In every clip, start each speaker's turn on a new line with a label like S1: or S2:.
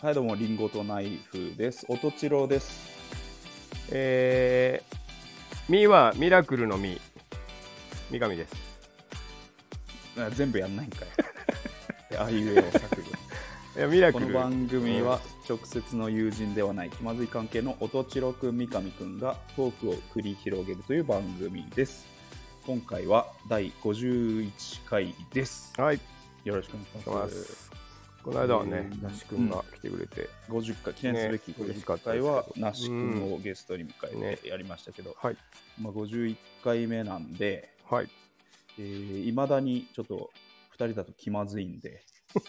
S1: はい、どうも、リンゴとナイフです。おとちろです。
S2: えー、ミーはミラクルのミー。三上です。
S1: あ全部やんないんかい。あいうえお作文。
S2: いや、ミラク
S1: こ
S2: ル。
S1: の番組は直接の友人ではない気まずい関係の音千代くん三上くんがトークを繰り広げるという番組です今回は第51回です
S2: はい、し
S1: よろしくお願
S2: ま
S1: いします
S2: す。この間はね
S1: う、ん
S2: 那須君が来てくれて、
S1: 50回記念すべき
S2: ね嬉しか
S1: 50
S2: ったですけ
S1: 回
S2: ど
S1: は那須くんをゲストに迎えてやりましたけど、
S2: はい、
S1: まあ、51回目なんで
S2: はい。
S1: いま、えー未だにちょっと2人だと気まずいんで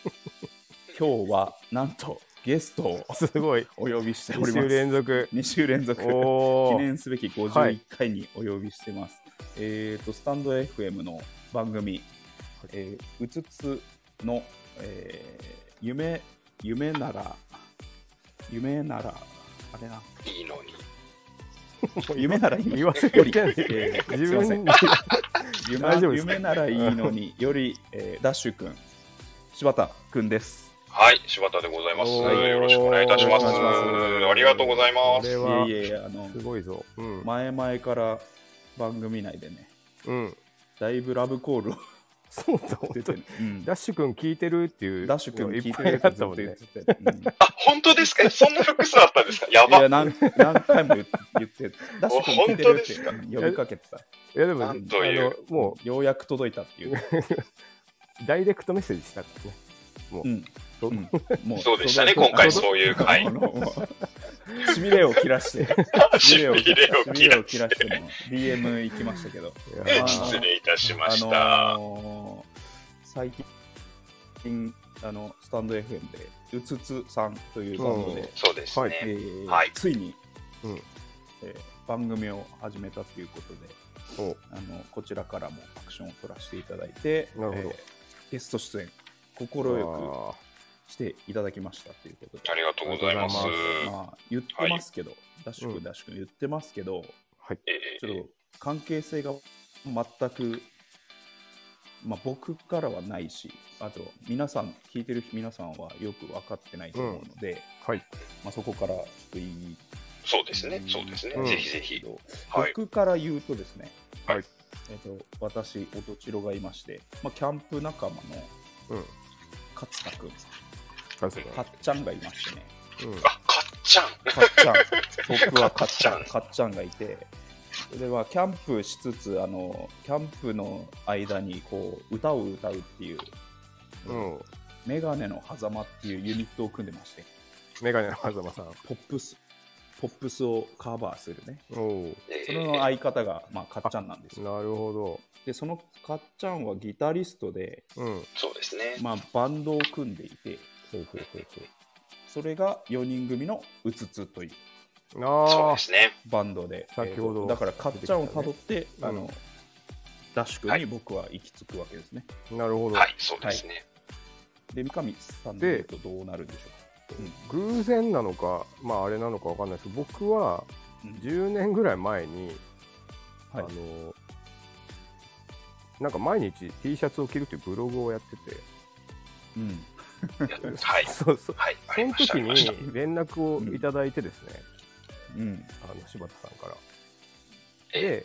S1: 今日はなんとゲストを
S2: すごい。
S1: お呼びしてお
S2: 2
S1: りま
S2: 週
S1: す
S2: 連続。
S1: 2週連続
S2: お
S1: 記
S2: ー。
S1: 念すべき
S2: は
S1: 51
S2: い
S1: 回にお呼びしてます。えっ、と、スタンド FM の番組、えーうつつの、えー夢、夢なら、夢なら、あれな、
S3: いいのに。
S1: 夢ならいい
S2: 言わせ
S1: よ
S2: て
S1: り、
S2: けん
S1: えー
S2: 自
S1: すいませ
S2: 分
S1: ん
S2: に。大丈夫
S1: 夢
S2: ですか
S1: 夢ならいいの により、えーダッシュくん、柴田くんです。
S3: はい、柴田でございます。
S2: おー
S3: よろしくお願いいたします。
S1: お願いします
S3: ありがとうございま
S2: こ
S3: す。
S2: れ
S1: い
S2: は
S1: えいえ、あの
S2: す、ごいぞ。うん。
S1: 前々から番組内でね、
S2: うん。
S1: だいぶラブコールを
S2: そうだ、
S1: 出
S2: 本当
S1: て
S2: に。
S1: うん
S2: ダッシュ君聞いてるっていう。
S1: ダッシュ君
S2: い
S1: 聞
S2: って
S1: い
S2: ぱ
S1: る
S2: い
S1: やつ
S2: あ
S1: ず
S2: った
S1: っと
S2: もん
S1: 言っ
S2: ね
S1: て。たようん
S3: あ、本当ですかえそんな複数あったんですかや
S1: い
S3: ば。
S1: や何何回も言って言 ってダッシュ君聞いてる
S3: 本当
S1: っ
S3: で
S1: て
S3: すか
S1: うん呼びかけてた
S2: いや、でも、
S3: な
S2: あ
S3: んという
S2: の、も
S1: ようやく届いたっていう、
S2: う、ダイレクトメッセージしたからね。
S1: うん
S2: そう
S1: うんも
S3: そうでしたね、今
S1: 届い
S3: 回そういう回。
S1: あのもうしびれを切らして
S3: しびれを切らして
S1: しびれを切らしての DM 行きましたけど
S2: いや
S1: あの
S3: 失礼いたしま
S1: あ
S3: した。
S1: のー最近あのスタンド FM で「うつつさん」というバンドで、
S2: うん
S3: そうです
S2: はい
S1: え
S3: ね。
S1: ー
S3: はい
S1: ついに、
S2: うん
S1: えー番組を始めたということで
S2: お
S1: あのこちらからもアクションを取らせていただいて、
S2: なるほど
S1: ゲスト出演、心よくしていただきましたということで、
S3: ありがとうございます。
S2: ありがとうご
S1: まあ、言ってますけど、ダッシュ
S2: う
S1: 君、
S2: ん
S1: ダッシュ君言ってますけど、
S3: え
S1: ち
S3: ー
S1: ょっと関係性が全く、まあ、僕からはないし、あと、皆さん、聞いてる皆さんはよく分かってないと思うので、
S2: はい。
S1: まあ、そこからちょっと言い
S3: そうですね、そうですね。
S2: うん
S3: ぜひぜひ。はい。
S1: 僕から言うとですね、
S3: はい
S1: えっと私、音千代がいまして、まあ、キャンプ仲間の
S2: うん。
S1: 勝田君、
S2: あそう
S1: かっちゃんがいましてね、
S2: だ
S3: あ、かっちゃん。
S1: かっち ゃん、僕はかっちゃん、
S3: かっちゃん
S1: かっちゃんがいて、それはキャンプしつつ、あのキャンプの間にこう歌を歌うっていう、
S2: うん。うん。
S1: メガネの狭間っていうユニットを組んでまして、
S2: メガネの狭間さん。
S1: ポップス、ポップスをカバーするね、
S2: おお。
S3: え
S1: そ
S3: ー
S1: の相方が、まあ、かっちゃんなんですよ。
S2: なるほ
S1: で、そのかっちゃんはギタリストで、
S2: ど。うん。
S3: そうですね。
S1: まあ、バンドを組んでいて
S2: ほうほうほうほ
S1: それが4人組のうつつという
S2: う。あ
S3: そう
S2: あ
S3: で。すね。
S1: バンドで
S2: 先ほど
S1: えーとだからかっちゃんをたどって、
S2: たね
S1: あ
S2: う
S1: の
S2: ん
S1: ダッシュ君
S3: は
S1: に
S3: い
S1: 僕は行き着くわけですね、
S2: なるほど
S3: は。い、そうですね。
S1: で三上さんで
S2: で
S1: 言うとどうなるんでしょ
S2: 偶然なのか、まああれなのかわかんないですけど、僕は
S1: うか、
S2: 10年ぐらい前に、
S1: はい
S2: あの、なんか毎日 T シャツを着るっていうブログをやってて、
S1: うん
S3: やは い。
S2: そうそう。
S3: はい、あ
S2: そ
S3: り
S2: の
S3: ました、あ
S2: 時
S3: りました。
S2: に連絡をいただいてですね、
S1: うん
S2: あの柴田さんから。
S3: え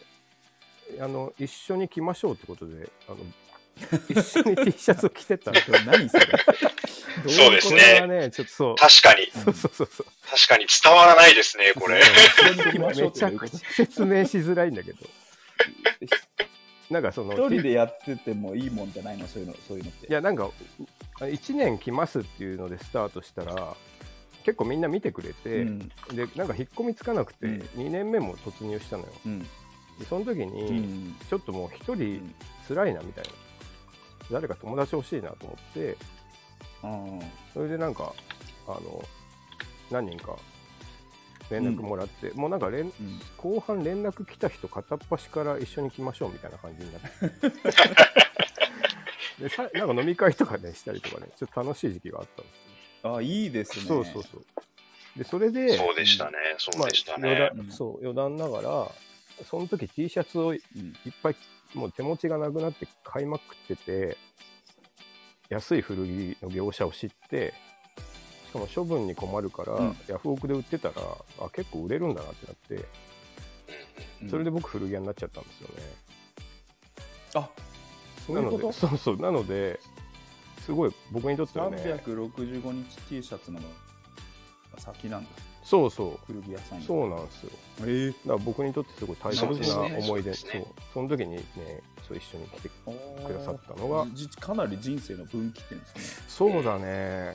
S2: で、あの一緒に着ましょうってことで、あの一緒に T シャツを着て たんです
S1: これ何そ れ
S2: ど
S3: そうですね
S2: これはね、ちょっとそう。
S3: 確かに、
S2: そうそうそうそう。
S3: 確かに伝わらないですね、これ。
S1: 一緒に行きましょう
S2: め
S1: って
S2: ちゃ
S1: いうこ
S2: く
S1: と
S2: ちゃ説明しづらいんだけど。なんかその、
S1: 一人
S2: い
S1: でやっててもいいもんじゃないのそういうのそういうのって
S2: やなんか、1年来ますっていうのでスタートしたら、結構みんな見てくれて、
S1: うん
S2: で、なんか引っ込みつかなくて、
S1: うん
S2: 2年目も突入したのよ。
S1: うん
S2: でその時に、
S1: うん
S2: ちょっともう一
S1: う
S2: 人
S1: ん
S2: 辛いなみたいな。誰か友達欲しいなと思って、
S1: うん
S2: それでなんか、あの、何人か連絡もらって、もうなんか連
S1: うん
S2: 後半連絡来た人片っ端から一緒に来ましょうみたいな感じになってでさなんか飲み会とかねしたりとかねちょっと楽しい時期があったんで
S1: あいいですね
S2: すよ、そうそうそうでそれで
S3: そうでしたね、そうでした
S2: 余
S3: ね。
S2: 談
S1: うん
S2: そう余談ながらその時 T シャツをいっ
S1: うん
S2: ぱいもう手持ちがなくなって買いまくってて安い古着の業者を知ってしかも処分に困るから、
S1: うん
S2: ヤフオクで売ってたらあ結構売れるんだなってなって
S1: うん
S2: それで僕古着屋になっちゃったんですよね、
S1: あそういう
S2: なの
S1: こ
S2: で
S1: と
S2: そうそうなのですごい僕にとってはね
S1: 365日 T シャツの先なんだ
S2: そうそ
S1: 古着屋さん
S2: う
S1: が
S2: そうなんですよ
S1: ええ
S2: だから僕にとってすごい大切な思い出
S3: そ
S2: そうう,、
S3: ですねそうですね
S2: その時にねそう一緒に来てくださったのが
S1: あーじかなり人生の分岐点ですね
S2: そうだね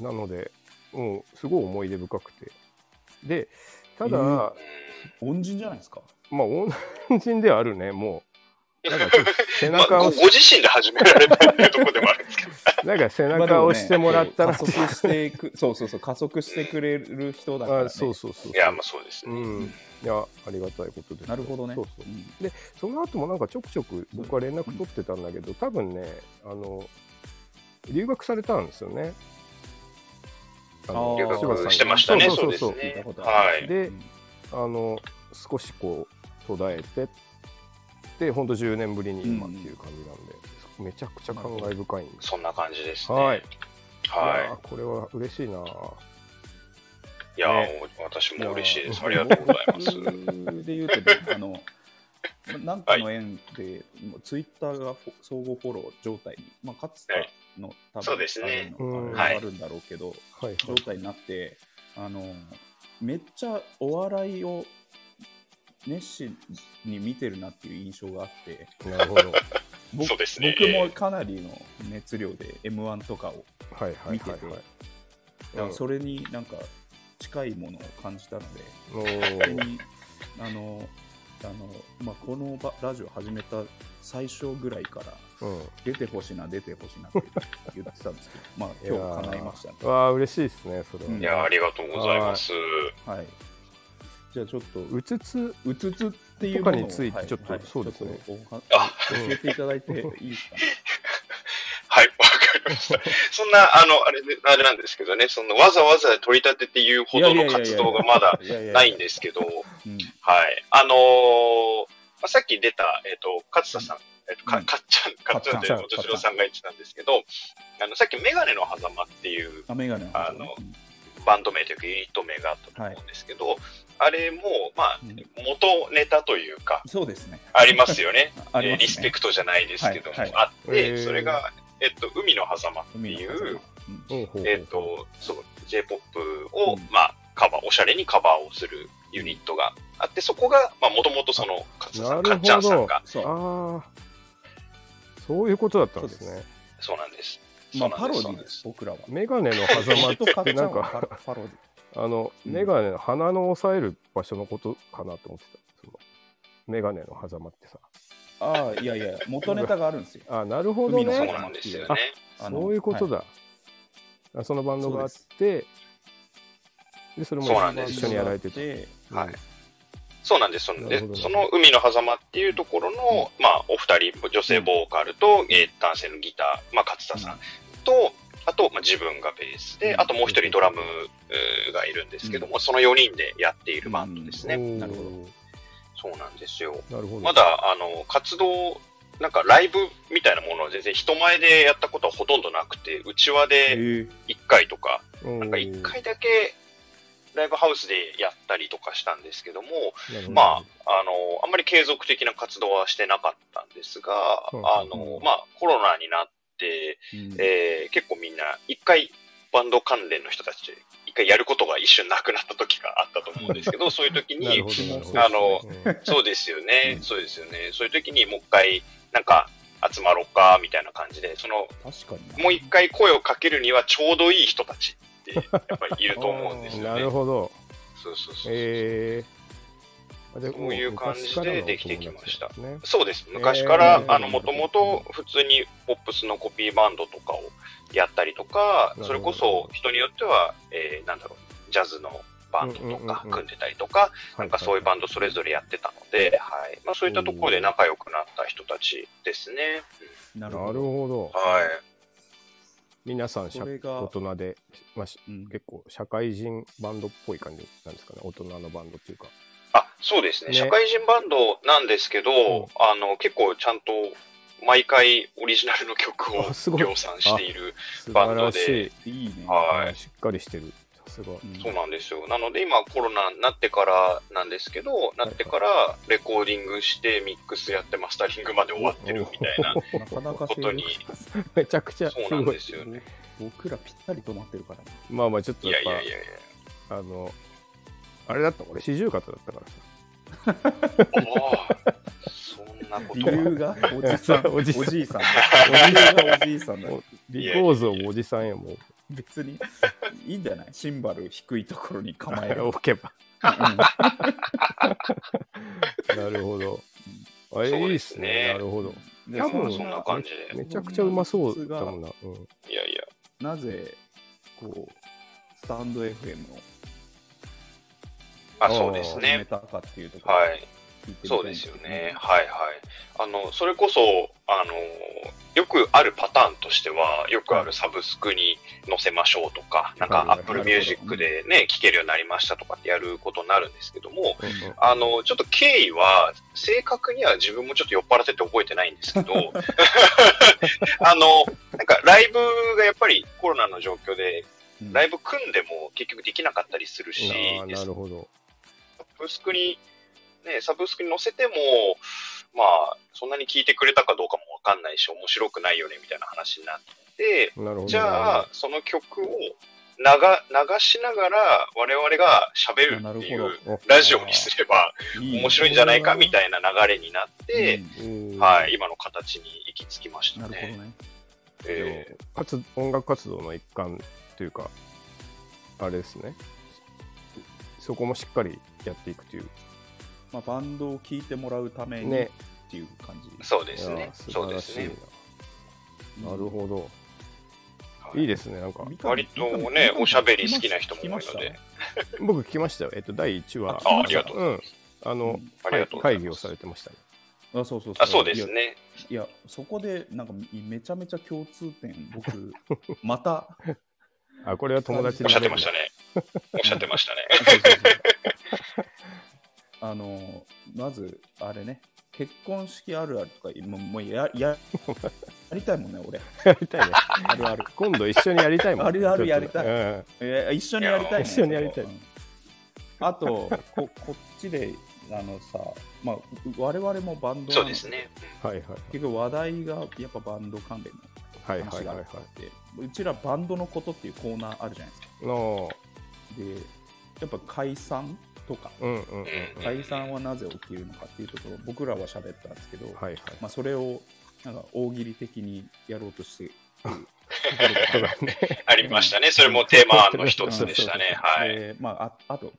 S2: なのでもうすごい思い出深くてでただ、
S1: えー
S3: うん
S1: 恩人じゃないですか
S2: まあ恩人ではあるねも うなんかちょっと背
S3: まあ、
S2: 中
S3: ご
S2: を
S3: ご自身で始められたっていうところでもあるんですけど、
S2: なんか背中を押してもらったら、
S1: 加速していく そうそうそう加速してくれる人だから、ね、
S2: あそうそうそう
S3: いや、まあそうですね。
S2: うんいやありがたいことです
S1: なるほどね
S2: そうそう
S1: うん
S2: その後もなんかちょくちょく僕は連絡取ってたんだけど、多分ねあの留学されたんですよねあの
S1: あー
S3: 留
S2: 柴田さん
S3: 学してましたね、
S2: そう
S3: そ
S2: そううそう
S3: です
S1: 聞いた
S3: ね
S1: こ。とあ
S3: は
S1: る
S3: い。
S2: で
S1: うん
S2: あの少しこう途絶えてでほんと10年ぶりに今っていう感じなんで、めちゃくちゃ感慨深いんです
S3: そんな感じですね。
S2: はい。いや
S3: は。
S2: ーこれは嬉しいない
S3: いや
S2: ね
S3: ー、もう私も嬉しいです。ありがとうございます。
S1: 僕で言うと、ね、あ の、なんかの縁で、ツイッターがフォ相互フォロー状態に、まあ、かつての、多分
S3: そうですね
S1: あの
S2: うん
S1: あれがあるんだろうけど、
S2: はいはい
S1: 状態になって、あの、めっちゃお笑いを熱心に見てるなっていう印象があって、
S2: なるほどはい
S1: 僕
S3: そうですね
S1: 僕もかなりの熱量で M1 とかを、
S2: はいはい
S1: 見て
S2: はい
S1: て
S2: うん
S1: だからそれになんか近いものを感じたので、
S2: お
S1: 本当
S2: ー
S1: にあのあの、まあ、このばラジオ始めた最初ぐらいから
S2: うん
S1: 出てほしいな出てほしいなって言ってたんですけどまあ今日叶いましたね
S2: いやーわあ嬉しいですねそれは、
S1: うん
S3: いやー、ありがとうございます。
S1: はいじゃあちょっとう
S2: うつつ
S1: うつつっていうものを
S2: とかについて
S1: は
S2: ちょっとそうですね
S1: ちょっとおは
S3: あ
S1: 教えていただいていいですか、ね、
S3: はい、わかりました。そんな、あの、あれで、あれなんですけどね、そのわざわざ取り立てて言うほどの活動がまだ
S1: いやいや
S3: ないんですけど、
S1: うん
S3: はい。あのーまあ、さっき出た、えっ、と、勝田さん、えっ、と、か、
S1: うん
S3: かっちゃん、かっちゃんで、
S2: かっちゃん
S3: おとしろさんが言ってたんですけど、あの、さっきメガネの狭間っていう
S1: あメガネの話ね
S3: あのバンド名というかユニット名があったと思うんですけど、あれも、まあ、
S1: うん
S3: 元ネタというか、
S1: そうですね
S3: ありますよね。
S1: あり
S3: え
S1: ます
S3: ー
S1: ね
S3: リスペクトじゃないですけども、
S1: はいはい
S3: あって、
S2: へー
S3: それが、えっと、海の狭間って
S1: 海の
S3: い
S1: 話
S3: う、
S1: う
S2: ほ
S1: ん
S2: うほうほう
S3: えっと、そう、J-POP を、
S1: うん
S3: まあ、カバー、おしゃれにカバーをするユニットがあって、そこが、まあ、もともとその、勝田さん、
S2: なるほど
S3: かっちゃんさんが、
S1: そ
S2: あ
S1: う
S2: あそういうことだったんです
S1: そう
S2: ね
S1: で
S3: そうなんです。
S1: まあ
S3: そ
S1: パ
S3: うな
S1: ロ
S3: んです
S1: ディです。僕らは
S2: メガネの狭間
S1: 僕とか
S2: って
S1: っち
S2: な
S1: ゃ
S2: ん
S1: んはパ
S2: か
S1: ロパロディ
S2: あの
S1: うん
S2: メガネの鼻の押さえる場所のことかなと思ってたそのメガネの狭間ってさ
S1: ああいやいや元ネタがあるんですよ
S2: あなるほど
S1: 海の
S3: そう
S2: ね
S1: 狭間
S3: なんですよ
S2: あ
S3: ね。
S1: あの
S2: そういうことだ、あそのバンドがあってでそれも
S3: そうなんです
S2: 一緒にやられてて
S3: はい。そうなんです。その
S2: なる
S3: で
S2: ほど
S3: その海の狭間っていうところの、まあ、お二人、女性ボーカルと、えー男性のギター、まあ、勝田さんと、あと、まあ、自分がベースで、
S1: うん
S3: あともう一人ドラムえーがいるんですけども、その4人でやっているバンドですね。
S2: おー
S1: なるほ
S3: そうなんですよ。
S2: なるほど
S3: まだ、あの、活動、なんかライブみたいなものは全然人前でやったことはほとんどなくて、うちわで
S1: え
S3: 1回とか、
S2: な
S3: なんか1回だけライブハウスでやったりとかしたんですけども、
S2: ま
S3: まあ、あの、あんまり継続的な活動はしてなかったんですが、
S2: うん
S3: あの、まあ、コロナになって、えー結構みんな、一回バンド関連の人たちで、一回やることが一瞬なくなった時があったと思うんで すけど、そういう時
S2: なる
S3: に
S2: ほ、どなるほど
S3: あの、
S2: うん
S3: そうですよね
S1: う、ん
S3: そうですよね、そういう時にもう一回、なんか、集まろうか、みたいな感じで、その、
S1: 確かに
S3: もう一回声をかけるにはちょうどいい人たちって、やっぱりいると思うんですよ
S2: な
S3: ね。
S2: るほど。
S3: そうそうそうそう。
S2: えーあで
S3: そういう感じでできてきまし
S2: 昔か
S3: た
S2: らのお友達ですね
S3: そうです。昔から、
S1: えー
S3: あの、もともと普通にポップスのコピーバンドとかをやったりとか
S2: なるほ、ど
S3: それこそ人によっては、えーなんだろう、ジャズのバンドと
S2: うんうんうん
S3: か
S2: うん
S3: 組んでたりとか、なんかそういうバン
S2: ド。
S3: ドそれぞれやってたので、はい。まあそういったところで仲良くなった人たちですね。
S2: な
S1: なる
S2: る
S1: ほ
S2: ほ
S1: ど
S2: ど。
S3: はい。
S2: 皆さん、しゃ
S1: これが
S2: 大人で、まあ、し
S1: うん
S2: 結構社会人バンドっぽい感じなんですかね。大人のバンドっていうか。
S3: あ、そうですね。
S2: ね
S3: 社会人バンドなんですけど、
S2: ん
S3: あの、結構ちゃんと、毎回オリジナルの曲を
S2: あすごい
S3: 量産している。
S2: 素
S3: バ
S2: 晴
S3: ンド
S2: ら
S3: で
S2: しい。
S1: いいね。
S3: はい。
S2: しっかりしてる。さすが。
S1: うん
S3: そうなんですよ。なので今コロナになってからなんですけど、なってからレコーディングしてミックスやってマスタリングまで終わってるみたいな。
S1: なかなか
S3: ことに
S1: 精力
S2: めちゃくちゃす
S3: そう
S2: ご
S3: ないんですよね。
S1: 僕らぴったり止まってるからね。
S2: まあまあちょっと
S3: い
S2: やっ
S3: やい
S2: ぱ
S3: やいやい
S2: あのあれだった俺四十肩だったからさ
S3: や。ああ、そんなこ
S1: 理
S3: とは。
S1: 由がおじさん、お
S2: お
S1: じ
S2: じ
S1: いさ
S2: さ
S1: ん。
S2: ん
S1: 理由がおじいさんだ。
S2: リコーズをおじさんやもう
S1: 別にいいんじゃないシンバル低いところに構え る。
S2: 置け ば
S1: う
S2: なるほどあれい
S3: そう
S2: い
S3: で
S2: っ
S3: す
S2: す
S3: ね
S2: ねなるほど
S1: ん
S3: 多分
S1: で
S3: そんな感じで。
S2: めちゃくちゃうまそうだもんな、うん、
S3: いやいや。
S1: なぜ、こう、スタンド FM を
S3: あ、そうです
S1: 始め
S3: ね。
S1: たかっていうところを
S3: はい。
S1: 聞いてみたいんけど
S3: そうですよね。。はいはい。あの、それこそ、あの、よくあるパターンとしては、よくあるサブスクに載せましょうとか、なんか
S2: はい
S3: Apple
S1: なるほど
S3: Music でね、聴けるようになりましたとかってやることになるんですけども、
S2: うんうん
S3: あの、ちょっと経緯は、正確には自分もちょっと酔っ払ってて覚えてないんで すけど、あの、なんかライブがやっぱりコロナの状況で、
S1: うん
S3: ライブ組んでも結局できなかったりするし、
S2: あーなるほど
S3: サブスクに、ね、サブスクに載せても、まあ、そんなに聞いてくれたかどうかもわかんないし、面白くないよね、みたいな話になって、
S2: なるほど
S3: じゃあ、その曲を流流しながら、我々が喋る
S1: な
S3: って
S1: る
S3: い
S1: ほ
S3: う、
S2: あ
S3: ラジオにすれば
S1: い
S3: 面白いんじゃないか、み
S1: い
S3: たいな流れになって、
S2: うん
S3: はい、今の形に行き着きまし
S1: な
S3: た
S1: るほど
S3: ね。
S1: ね。
S3: えー
S2: 活音楽活動の一環というかあれですねそこもしっかりやっていくという
S1: まあ、バンドを聴いてもらうためにっ
S2: ね
S1: ていう感じ。
S3: そうです
S2: い
S3: ね
S2: や。ー
S3: そうですね。
S2: なるほど、
S3: はい
S2: いいですねなんか
S1: 三上
S3: 割とね
S1: 三上さん
S3: おしゃべり好きな人も多いので
S1: 聞きました
S2: 僕聞きましたよえっと第1話
S1: あ
S3: あありがとうござい
S2: うんあの、
S1: うん
S3: ありがとうござい
S2: 会
S3: ます
S2: 議をされてましたね
S1: あそうそうそう
S3: あ、そうですね。
S1: いやいやそこでなんかめちゃめちゃ共通 点僕また
S2: あこれは友達
S1: うん
S3: おっしゃってました
S2: ね
S3: ね。おっしゃってましたね。
S1: あのまずあれね結婚式あるあるとかもうもうやややりたいもんね俺
S2: やりたいね
S1: あるある
S2: 今度一緒にやりたいもん
S1: あるあるやりたい
S2: うん
S1: え一緒にやりた
S2: い
S1: いね
S2: や一緒にやりたい
S1: そこうんあとこ こっちであのさまあ我々もバンドな
S3: そ
S1: の
S3: うですね。
S2: はいはい
S1: 結局話題がやっぱバンド関連の
S2: はいは
S1: 話
S2: い
S1: が
S2: は
S1: あ
S2: い
S1: る
S2: は
S1: って、うちらバンドのことっていうコーナーあるじゃないですか
S2: いの
S1: でやっぱ解散とか
S2: うんうんうんうん
S3: うん
S1: 解散はなぜ起きるのかっていうところ僕らは喋ったんですけど、
S2: はいはい
S1: まあ、それをなんか大喜利的にやろうとしてる
S2: そうだね
S3: ありましたね。それもテーマ案の一つでしたね。はい。
S1: でまあ、ああと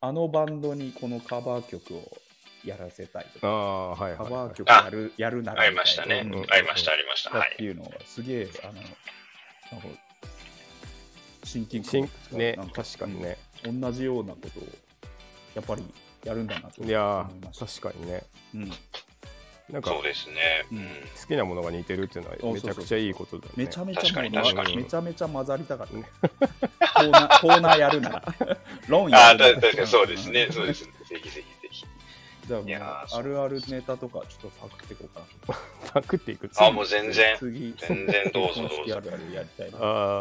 S1: あのバンドにこのカバー曲をやらせたい
S2: あ
S1: とか
S2: あはいはい
S1: カ
S2: はい
S1: バー曲やるやるなら
S3: ありましたね
S1: みいな。
S3: ありました、ありました。
S1: だ
S3: は
S1: って
S3: い。
S1: いうのはすげえあのなんか親近感
S2: 新
S1: が
S2: ね
S1: なん
S2: 確かにね
S1: 同じようなことをやっぱりやるんだなと
S2: い
S1: 思
S2: や
S1: いました。
S2: ー確かにね
S1: うん
S2: なんか
S3: そうですね。
S1: う
S3: うんん。
S2: 好きなものが似てるっていうの
S1: そう
S2: は
S1: そう
S2: め
S1: そう
S2: ちゃくちゃいいことだよね
S1: めちゃめちゃ
S3: 確かに
S1: もう
S3: 確
S2: かに
S1: めちゃめちゃ混ざりたかった、
S2: ね
S1: コーナーコーナーやるなら論や
S3: あ
S1: る
S3: ー、
S1: なら
S3: た確かにそうですね。そうですね。ぜひぜひぜひ。
S1: だか
S3: いや
S1: らもう
S3: ー
S1: あるあるネタとかちょっとパクっていこうかな
S2: パクっていく
S3: あ、もう全然。
S1: 次
S3: 全然どうぞどうぞ
S1: 結婚式あるあるやりたいなと
S2: あ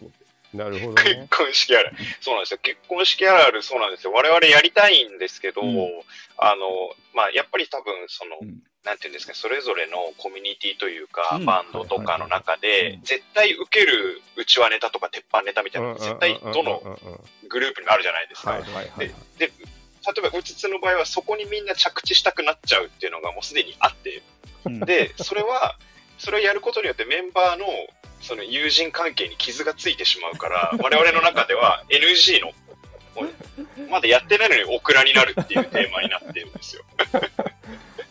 S1: 思って
S2: あなるほど
S3: 結
S2: ね
S3: 婚式ある。そうなんですよ。結婚式あるある、そうなんですよ。我々やりたいんですけど、
S1: うん
S3: あの、まあ、やっぱり多分、その、
S1: うん
S3: なんていうんですか、それぞれのコミュニティというか、
S1: うん
S3: バンドとかの中
S1: いはいは
S3: で
S1: い、
S3: 絶対受けるうちわネタとか鉄板ネタみたいなのが絶対どの
S2: うんうんうんうん
S3: グループにもあるじゃないですか。
S2: はいはいはい
S3: で、例えば、うつつの場合は、そこにみんな着地したくなっちゃうっていうのがもうすでにあって、
S1: うん
S3: で、それは、それをやることによってメンバーの、その友人関係に傷がついてしまうから、我々の中では NG の、まだやってないのにオクラになるっていうテーマになってるんですよ。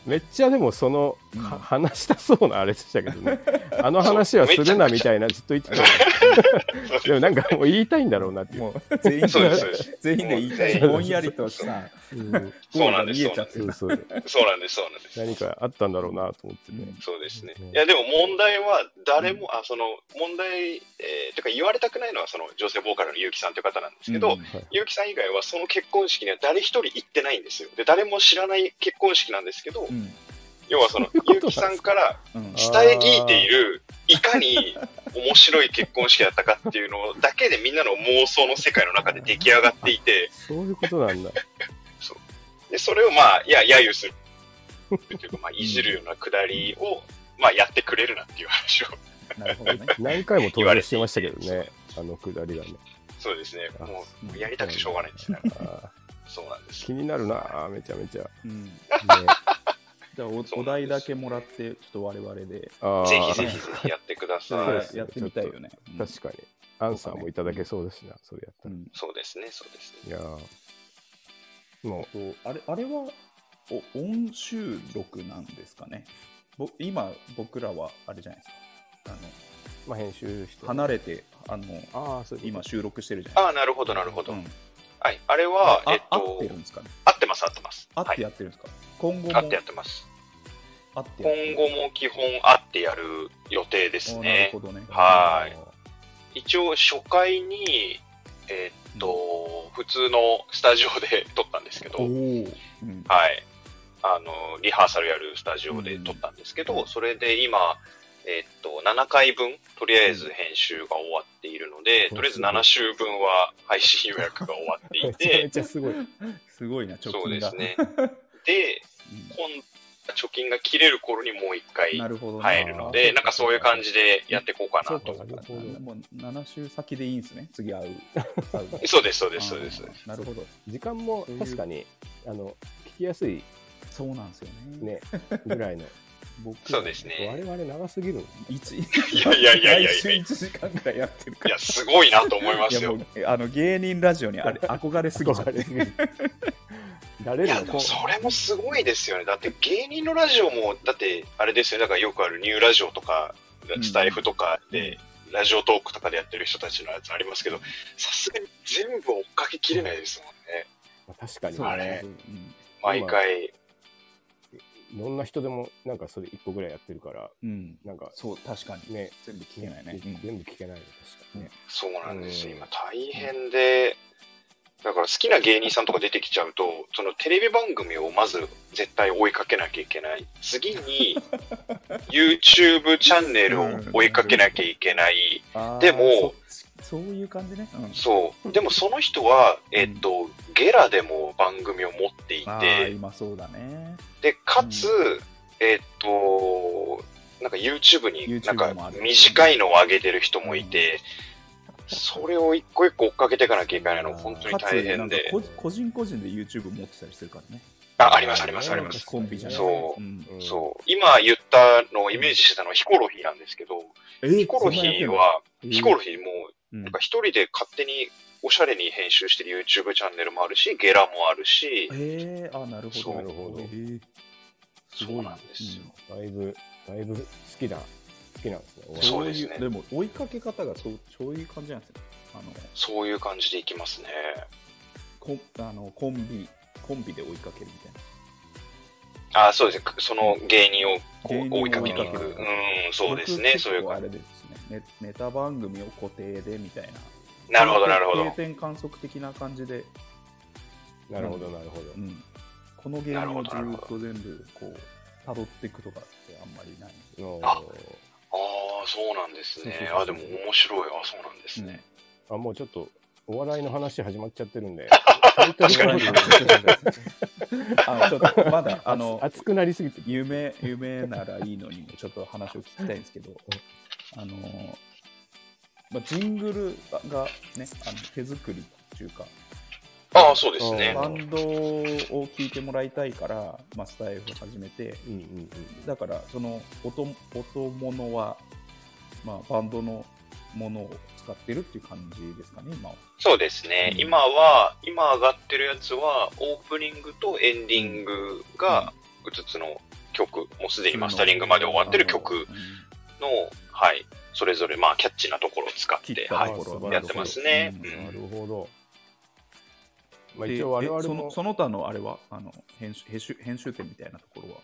S2: めっちゃでもその、
S1: うん
S2: は話したそうなあれでしたけどねあの話はするなみたいなずっと言ってたのにでもなんかもう言いたいんだろうなっていう、
S1: もう全員で
S3: そうです、そうです。
S1: 全員で言いたい
S2: もう
S1: ぼんやりとした
S2: うん
S3: そうなんです
S1: ゴールが見えちゃって
S2: そ
S1: る
S2: うそう
S3: そうなんです、そうなんです。
S2: 何かあったんだろうなと思って
S1: う
S2: ね
S1: ん、
S3: そうですね
S2: うん。
S3: いや、でも問題は、誰も、あ、その、問題、えー、てか言われたくないのは、その、女性ボーカルの結城さんという方なんですけど、
S1: うん
S2: はい
S3: 結城さん以外はその結婚式には誰一人行ってないんですよ。で、誰も知らない結婚式なんですけど、
S1: うん
S3: 要はその、
S2: そういうことなん
S3: ゆう
S2: です
S3: き
S2: か
S3: さんから
S1: うん
S2: あ
S3: 下へ聞いている、いかに面白い結婚式だったかっていうのだけでみんなの妄想の世界の中で出来上がって いて、
S2: そういうことなんだ。
S3: で、それをまあ、いや、揶揄する。というか、まあ、いじるようなくだりを、まあ、やってくれるなっていう話を。
S1: なるほどね。
S2: 何回も登場してましたけどね、あのくだりがね。
S3: そうですね。もう、もうやり
S2: あ
S3: たくてしょうがないですね。
S2: ー
S3: そうなんです。
S2: 気になるな、めちゃめちゃ。ね、
S1: うん、
S2: あ
S1: じゃあお、お題だけもらって、ちょっと我々で、
S2: ー
S3: ぜひぜひぜひやってくだ
S1: そ
S2: あ
S1: れ
S2: う
S3: さ
S2: です
S1: や
S3: い。
S2: ね
S1: やってみたいよね。うん
S2: 確かに。アンサーもいただけそうですな、それやった
S1: う
S2: ら。
S1: ん
S3: そうですね、そうですね。
S2: いやーも
S1: とあれあれはお音収録なんですかねぼ今僕らはあれじゃないですかあ
S2: う、まあ、編集して。
S1: の離れてあの
S2: ああ、そういうこ
S1: 今収録してるじゃない
S3: ああ、なるほど、なるほ
S1: ですか、う
S3: ど
S1: ん。
S3: はい。あれは、
S1: あ
S3: えっ
S1: 合っ
S3: と
S1: て、るんですかね
S3: 合ってます、合ってます。
S1: 合
S3: は
S1: って
S3: い。
S1: やってるんですか、今後も
S3: 合ってやってます。
S1: 合ってやって
S3: 今後も基本合ってやる予定です
S1: おなる
S3: ね
S1: ほ。どね
S2: と
S3: はーい。一応、初回に、えっと、普通のスタジオで 撮ったんですけ
S1: おお
S3: ど、
S1: ー、うん、
S3: はい。あの、リハーサルやるスタジオで撮ったんですけ
S1: うん
S3: ど、それで今、えっと、7回分、とりあえず編集が終わっているので、
S2: うん
S3: とりあえず7週分は配信予約が終わってい
S2: め ちゃめ
S3: て、
S2: ちゃすごい。
S1: すごいな貯金が
S3: そうですね。 で、
S1: うん
S3: 今貯金が切れる頃にもう一回
S1: なるほどね
S3: 入るので、なんかそういう感じでやっていこうか
S2: そ
S3: な
S2: うか
S3: と。
S2: なるほど。
S1: もう7週先でいいんですね次会う会う
S3: そうです、そうです、そうです。
S1: あーなるほど
S2: 時間も
S1: そういう
S2: 確かに、あの、聞きやすい
S1: そうなんですよね
S2: ね、ぐらいの。
S1: 僕
S3: そうです
S2: 我
S3: ね。
S2: 々長すぎる。
S1: 一
S3: いやいやいやいや
S1: 毎週1時間ぐらいやってるか
S3: い
S1: ら。
S3: や、すごいなと思いま
S1: いや
S3: す
S1: も
S3: よ。
S1: うあの芸人ラジオにあれ憧れすぎちゃって。
S2: 誰
S3: い
S2: よ
S3: や、でもそれもすごいですよね。だって芸人のラジオも、だってあれですよね、だからよくあるニューラジオとか
S1: う、ん
S3: スタイフとかで、ラジオトークとかでやってる人たちのやつありますけど、さすがに全部追っかけきれないですもんね。
S2: まあ確かに
S1: そう
S3: あ
S1: だ
S3: れ
S1: ね。
S3: 毎回。
S2: いろんな人でもなんかそれ一個ぐらいやってるから
S1: うんうん。
S2: なんか
S1: そう確かに
S2: ね
S1: 全部聞けないね。うん
S2: 全部聞けないよ確かにね
S3: そうなんですよ、
S2: うん
S3: 今大変で、だから好きな芸人さんとか出てきちゃうと、そのテレビ番組をまず絶対追いかけなきゃいけない。次に、YouTube チャンネルを追いかけなきゃいけない。
S1: あー
S3: でも
S1: そそういう感じね。うん
S3: そう。でもその人は、えっと、ゲラでも番組を持ってい
S1: ああ
S3: て、
S1: 今そうだね。
S3: で、かつ、えっと、なんか YouTube になん
S1: YouTube もあ
S3: か
S1: る
S3: 短いのを上げてる人もいて、それを一個一個追っかけていかなきゃいけないの、本当に
S1: か
S3: 大
S1: つなん
S3: 変
S1: か
S3: で。
S1: こ個人個人で YouTube 持ってたりするからね。
S3: あ、あります、あります、ありま
S2: なん
S3: す
S2: か。
S1: コンビじゃない。
S3: そう
S1: うん
S2: うん
S3: そう。今言ったのをイメージしてたのはヒコロヒーなんですけど、
S1: え
S3: ヒコロヒーは、ヒコロヒーも
S1: ヒー
S3: なんか一人で勝手におしゃれに編集してる YouTube チャンネルもあるし、ゲラもあるし、
S1: えー、あなるほ
S3: そう
S2: な
S1: ど。
S2: るほど
S1: えーす
S3: そ
S1: ご
S3: う
S1: い
S3: なんですよ。
S2: だいぶだいぶ好きな好きなんですねお笑い
S3: そうですね
S1: いでも追いかけ方がそうそういう感じなんですよ。あの
S3: そういう感じでいきますね。
S1: コンあのコンビコンビで追いかけるみたいな。
S3: あ、そうですね。その芸人をこ
S1: 芸
S3: う
S1: 人を
S3: 追いかけに行く。
S2: 追
S3: う
S2: い
S3: ん
S2: かけ、
S3: そうですね。
S1: 僕
S3: そういう
S1: 結構あ
S3: 感
S1: れですねネ。ネタ番組を固定でみたいな。
S3: じ。なるほど、なるほど
S1: 定。点観測的な感じで、
S2: なるほどなるほど
S1: うん、この芸人をず
S3: なる
S1: ーっ
S3: ほ
S1: と全部こう辿っていくとかってあんまりないんで
S2: の
S3: あああ、そうなんですね。
S1: そう
S3: あ、
S1: そ
S3: で
S1: う
S3: も
S1: そう
S3: 面白い。あ、そうなんですすね。
S1: ね。
S2: あもうちょっとお笑いの話始まっちゃってるんで
S3: 確かに
S1: あのちょっとま だあの
S2: 熱くなりすぎて
S1: 夢夢ならいいのにもちょっと話を聞きたいんですけど、あのまあ、ジングルがねあの手作りっていうか
S3: ああ、そうですね。
S1: バンドを聴いてもらいたいから、まあ、スタイル始めて
S2: うんうんうん
S1: だからその音音物は、まあ、バンドのものを使ってるっていう感じですかね今は。
S3: そうですね、
S1: うん
S3: 今は、今上がってるやつは、オープニングとエンディングが、うつつの曲、もうすでにマスタリングまで終わってる曲
S1: うん
S3: の、はい、それぞれ、まあ、キャッチなところを使っ
S1: 切
S3: て
S1: っ、た
S3: はい
S1: と、ころ
S2: はい
S3: やってますね
S1: うん
S3: うん
S2: なるほどまあ
S1: で
S2: 一応我
S1: え
S2: 々
S1: そ
S2: も
S1: のその他のあれはあの編集編集編集点みたいなところは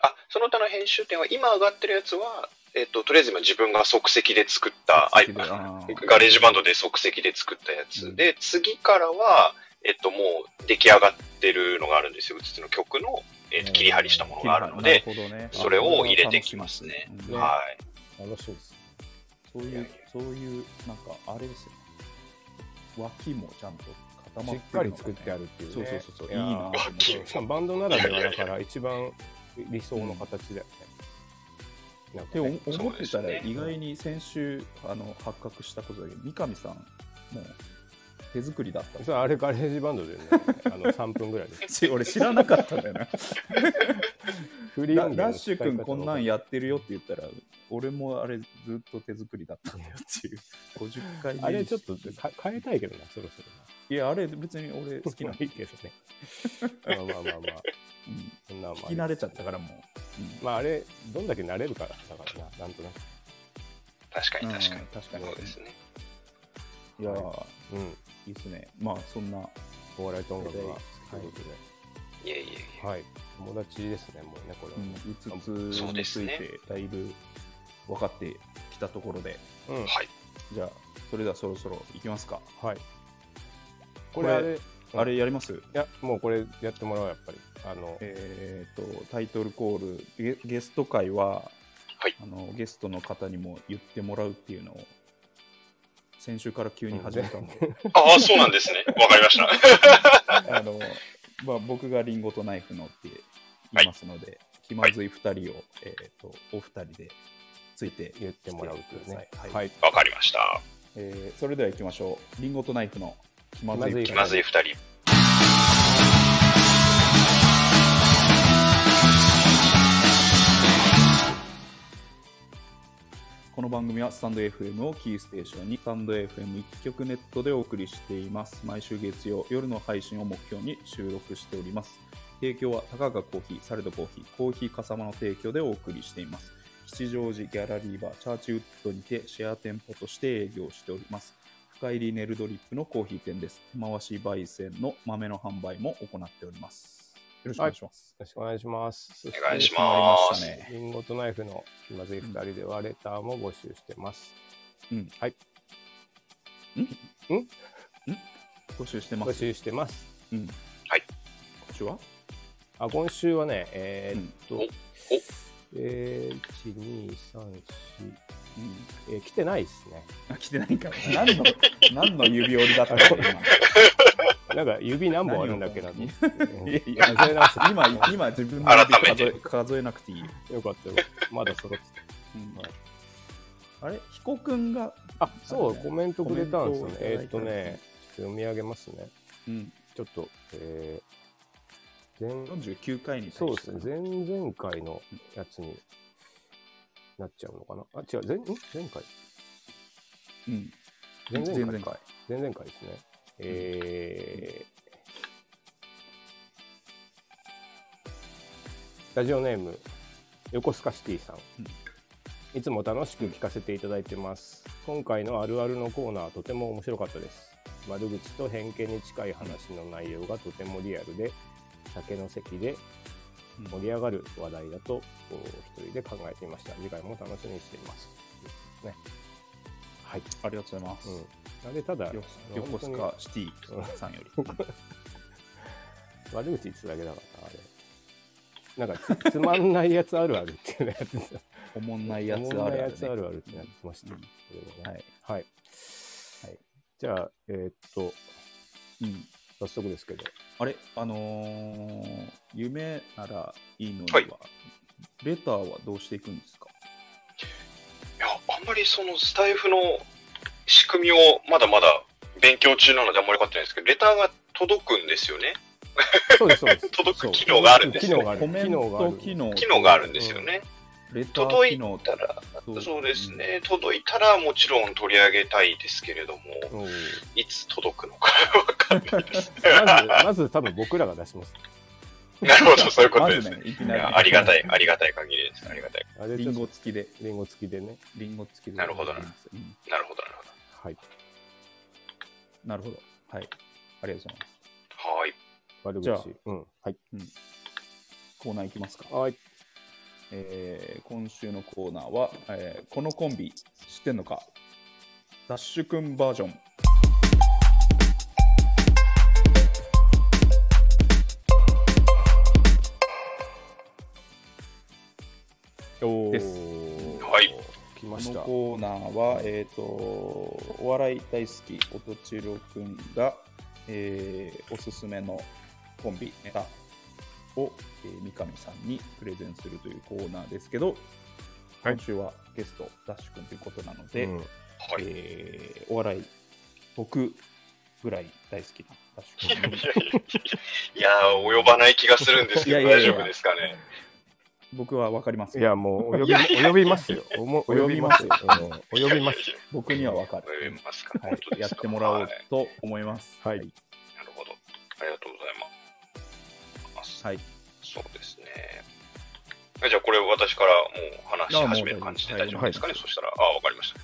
S3: あ、その他の編集点は、今上がってるやつは、えっと、とりあえず今自分が即席で作った、
S1: 即席で
S3: あ
S1: あー
S3: ガレージバンドで即席で作ったやつで、次からは、えっと、もう出来上がってるのがあるんですよ、うつつの曲のえーと切り張りしたものがあるの
S1: なる
S3: で、
S1: ほどね、
S3: それを入れてきますね
S1: うん
S2: ほど
S3: はい。
S4: 楽しそうですね。
S1: そう
S3: い
S1: い
S3: やいうや、
S1: そういう、なんか、あれですよね。脇もちゃんと固
S4: し
S1: まってるのがね
S4: っかり作ってあるっていうね。
S1: そうそうそうそう
S4: やー
S1: いいな
S3: 金
S2: しかもバンドならではだから一番理想の形だよね。なんか
S1: で
S2: ね
S1: お思ってた
S3: そう
S1: ら
S3: ですね
S1: 意外に先週あの発覚したことだけど三上さんもう手作りだ った
S2: それあれガレージバンドでね、あの3分ぐらいで。
S1: し俺知らなかった んだよな
S2: フリー
S1: ラ
S2: 音源
S1: ラ
S2: の
S1: ッシ
S2: 使い
S1: ュ
S2: 方
S1: 君こんなんやってるよって言ったら俺もあれずっと手作りだったんだよって いう50回目に
S2: あれちょっとか変えたいけどな、そろそろな。
S1: いやあれ別に俺好きな
S2: ま
S1: の
S2: あいいけどね。まあまあまあまあ、
S1: うん
S2: そんなんもあ
S1: 聞
S2: り
S1: き慣れちゃったからもう、うん
S2: まああれ、どんだけ慣れるかだからな、なんとなく。
S3: 確かに
S1: うん
S3: 確かに。
S1: 確かに
S3: そうですね。
S1: いやー
S2: うん。
S1: いいっすねまあそんな
S2: お笑いと音楽が
S1: は
S2: 好
S1: い
S2: きということで。
S3: いやいやいや。
S2: はい。友達ですね、もうね、これは
S1: う
S2: ね
S1: ん、うつつについてだいぶ分かってきたところで、
S2: うん。
S3: はい。
S1: じゃあそれではそろそろ行きますか、
S2: はい。こ
S1: これ
S2: れあれ、いうん
S1: あれやります
S2: や、もうこれやってもらおう、やっぱり。あの、
S1: えっ、とタイトルコールゲゲスト会は、
S3: はい
S1: あのゲストの方にも言ってもらうっていうのを先週から急に始めたので、
S3: ああ、そうなんですね。わかりました。
S1: あのまあ、僕がリンゴとナイフのって言いますので、気まずい2人を、えー、とお二人でついて
S2: 言ってもらうというね。
S1: はい
S2: はい。
S3: わかりました。
S1: えーそれでは行きましょう。リンゴとナイフの気まずい
S2: 気
S3: 気まずい二人。
S1: この番組はスタンド FM をキーステーションにスタンド FM 一曲ネットでお送りしています。毎週月曜夜の配信を目標に収録しております。提供はたかがコーヒー、サレドコーヒー、コーヒーかさまの提供でお送りしています。吉祥寺ギャラリーバーチャーチウッドにてシェア店舗として営業しております。深入りネルドリップのコーヒー店です。手回し焙煎の豆の販売も行っております。よろしくお願いします。
S2: よろしくお願いします。
S3: お願いし
S1: 決ま
S3: ま
S1: りました
S3: す。
S1: ね。
S2: リンゴとナイフの気まずい二人ではレターも募集してます。
S1: うん
S2: はい。
S1: 募集してま
S2: 募
S1: す。
S2: 集してます。
S1: うん。
S3: はい。
S1: こっちは
S2: あ、今週はね、えーっと、
S3: うんおお
S2: えー、1、2、3、4、
S1: うん。
S2: えー来てないですね。
S1: あ、来てないんか。 何の、何の指折りだったの
S2: なんか指何本あるんだっけな
S1: 何
S2: う
S1: を
S2: ん
S1: 今。いや、
S2: 数え直す
S1: 今、今自分の
S3: 改め
S1: 数え
S3: て
S1: 数えなくていいよ。
S2: よかったよかった。まだ揃って
S1: うん
S2: はい
S1: あれ彦くんが、
S2: た。あ、そう、コメントくれたんですよね。
S1: コメン
S2: え
S1: トを
S2: ー
S1: い
S2: ったと
S1: だいたんですね
S2: ね、ちょっと読み上げますね。
S1: うん、
S2: ちょっと、えー、前、
S1: 49回に対して
S2: そうですね。前々回のやつになっちゃうのかな。あ、違う、前、ん前回
S1: うん。
S2: 前々回
S1: 々回。
S2: 前々回ですね。えーラジオネーム、横須賀シティさん。いつも楽しく聞かせていただいてます。今回のあるあるのコーナー、とても面白かったです。悪口と偏見に近い話の内容がとてもリアルで、酒の席で盛り上がる話題だと、こう一人で考えていました。次回も楽しみにしています。ね。はい。
S1: ありがとうございます。
S2: うん。あれ、ただ、
S1: よ
S2: あの
S1: 横須
S2: 本
S1: 賀シティさんより。
S2: 当に悪口言ってただけだからな、あれ。なんかつ、つまんないやつあるあるっていうのやつですよ。
S1: おもんないや
S2: つ
S1: つ
S2: まん
S1: あ
S2: ない
S1: るあ
S2: や
S1: る
S2: つ
S1: ね
S2: あ。るあるってなってました。
S1: うん
S2: それでね
S1: はい。
S2: はい。
S1: はい
S2: じゃあ、えーっと、
S1: うん。
S2: 早速ですけど、
S1: あれ、あのー夢ならいいのには、
S3: はい
S1: レターはどうしていくんですか
S3: いや、あんまりそのスタイフの仕組みをまだまだ勉強中なのであんまり分かってないんですけど、レターが届くんですよね。
S2: そうです、そうです。
S3: 届く機能があるんです
S2: 機
S3: よ
S2: 能
S3: ね。
S2: がある。
S1: コメント機能、
S3: 機能があるんですよね。
S1: レター
S3: 届
S1: 機
S3: い
S1: 能
S3: たら、
S1: と
S3: そうです。ね。届いたらもちろん取り上げたいですけれども、
S2: うん
S3: いつ届くのか 分かんないです。
S2: まず、まず多分僕らが出します。
S3: なるほど、そういうことです。
S1: まずね、いき
S3: い
S1: なり。
S3: やありがたい、ありがたい限りです。ありがたい。
S2: あれ
S1: リ
S2: ちょ
S1: ン
S2: っ
S1: ゴ
S2: と、
S1: 付きで、
S2: リンゴ付きでね。
S1: リンゴ付きで。
S3: なるほどな
S1: うん
S3: なるほど、なるほ
S2: はい。
S1: なるほど。はい。ありがとうございます。
S3: ど。はーい。
S2: 悪
S1: じゃあ
S2: 口。うん。はい。
S1: コーナーいきますか。
S2: はい。
S1: えー今週のコーナーは、えーこのコンビ知ってんのかダッシュくんバージョン
S2: おー
S1: です
S3: はい。
S2: 来ま
S1: こ
S2: し
S1: の
S2: た。
S1: コーナーは、えっ、と、お笑い大好き、おとちろくんが、えーおすすめのコンビ、ネタを、えー三上さんにプレゼンするというコーナーですけど、
S2: はい
S1: 今週はゲスト、ダッシュくんということなので、
S2: うん
S3: はい。い
S1: えーお笑い、僕ぐらい大好きなダッシュくん に
S3: やいやいや、及ばない気がするんですけど、
S1: いやいや
S3: 大
S1: い
S3: 丈
S1: や
S3: 夫ですかね。
S1: 僕はわかります
S2: い
S1: よ
S2: や、もうお呼び、
S3: い
S2: お
S3: やいや
S2: 呼びますよ。 おもお呼びますよ。うんお呼びます。
S3: す。
S1: 僕にはわかる。
S3: 及びますか。
S1: は
S3: 本当
S1: い、
S3: で
S1: や
S3: す
S1: っ
S3: か
S1: てもらお
S3: は
S1: う
S3: い
S1: と思います。
S2: はい
S3: なるほど。ありがとうございます。
S1: はい。
S3: そうですね。えじゃあ、これ私からもう話し
S1: あもう
S3: 始める感じで大丈夫ですかね、
S1: はい
S3: そしたら。ああ、わかりました。い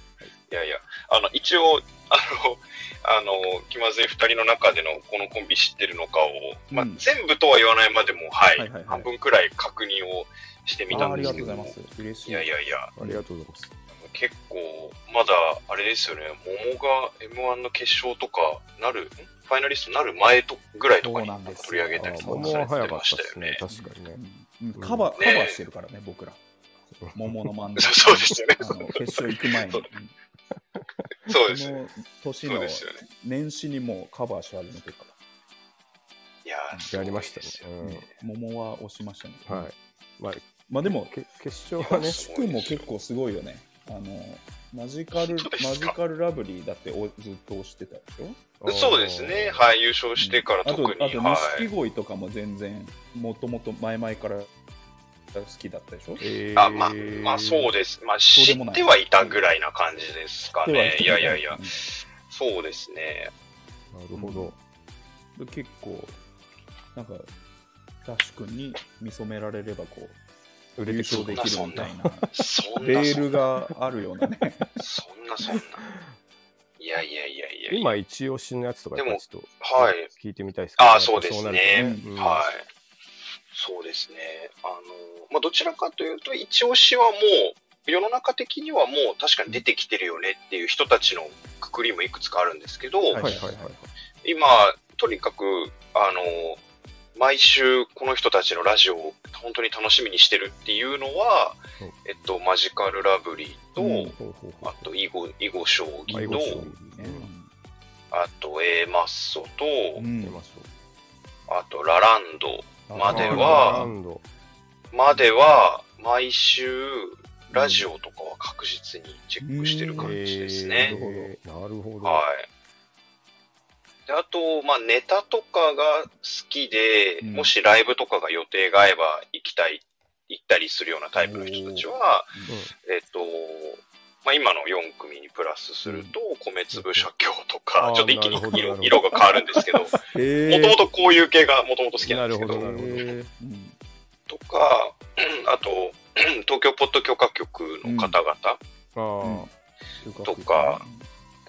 S3: やいや、あの、一応、 あの、あの、気まずい二人の中でのこのコンビ知ってるのかを、まあ
S1: うん、
S3: 全部とは言わないまでも、はい、
S1: はいはいはい
S3: 半分くらい確認をしてみ
S1: あ
S3: た
S1: ー
S3: ん
S1: あり
S3: で
S1: が
S3: す
S1: とう
S3: け
S1: ござ
S3: ど
S1: い
S3: も、
S1: ます。嬉しい。
S3: いやいやいや、
S2: ありがとうございます。
S3: 結構、まだ、あれですよね、桃が M1 の決勝とか、なる、んファイナリストなる前とぐらいとかに
S1: そうなんですよ
S3: 取り上げたり
S2: あ
S3: と
S2: も
S3: か
S2: う
S3: され
S2: 早か
S3: て
S2: った
S3: まし
S2: で
S3: たよ
S2: す
S3: ね
S2: ね。。確かにね。
S1: うんカバー、カ
S3: ねえ
S1: バーしてるからね、僕ら。桃の漫才。
S3: そうですよね
S1: あの決勝行く前に。
S3: そ
S1: こ
S3: うそうですよね。
S1: の年
S3: そう
S1: の
S3: ですよね。
S1: 年始にもうカバーし始めてるか
S3: いやー
S2: やりました
S3: すごい
S2: ね
S1: ら。。桃は押しましたね。
S2: うんはい。まあ、
S1: まあでも、
S2: け決勝はね、
S1: しくも結構すごいよね。あの、マジカル
S3: そう、ですか
S1: マジカルラブリーだっておずっと押してたでしょ
S3: ですよそうですね。はい、優勝してから特に。
S1: あと、あと
S3: はい。
S1: 錦鯉とかも全然、もともと前々から好きだったでしょ
S2: えー
S3: あまあ、まあそうです。まあ、
S1: そう
S3: 知
S1: でも
S3: っ
S1: ない
S3: てはいたぐらいな感じですか
S1: では
S3: ね。いやいやいや、そうですね。
S2: なるほど。
S1: で結構なんかダッシュ君に見初められればこ
S2: 売
S1: う優
S2: れてく
S1: 勝
S2: る
S1: できるみたいな
S3: そん
S1: レ
S3: な、
S1: ー
S3: そん
S1: ルがあるようなね
S3: な、そんな。いやいやいやいやいや。
S2: 今、一押しのやつとか、ち
S3: でも
S2: ょっと、
S3: はい。
S2: 聞いてみたいです
S3: ああ、そうですね。
S2: うん
S3: はい。そうですね。あの、まあ、どちらかというと、一押しはもう、世の中的にはもう確かに出てきてるよねっていう人たちのくくりもいくつかあるんですけど、
S2: はいはいはいはい。
S3: 今、とにかく、あの、毎週この人たちのラジオを本当に楽しみにしてるっていうのは
S2: うん、
S3: えっと、マジカルラブリーと、
S1: うん
S2: ほうほうほう
S3: あと、囲碁、囲碁将
S2: あ囲
S3: 棋
S2: 碁将
S3: と
S2: 棋、
S3: あと、A マッソと、
S1: うん
S2: 出ましょう
S3: あと、ラランド、まで
S2: ララ
S3: は
S2: ンド
S3: までは、毎週、ラジオとかは確実にチェックしてる感じですね。
S2: えーなるほど。
S3: はい。で、あと、まあ、ネタとかが好きで、
S1: うん
S3: もしライブとかが予定が合えば行きたい、行ったりするようなタイプの人たちは、えっと、まあ、今の4組にプラスすると、米粒社協と
S2: あー、
S3: かちょっと一気
S2: なるほど
S3: に
S2: なる
S3: 色
S2: ほど
S3: 色が変わるんです けど、も
S1: え
S3: ともとこういう系がもともと好きなんですけ
S2: なるほどなるほど
S3: ど、
S1: え
S3: とか、 あと、東京ポッド許可局の方々、
S2: うん。あ
S3: とか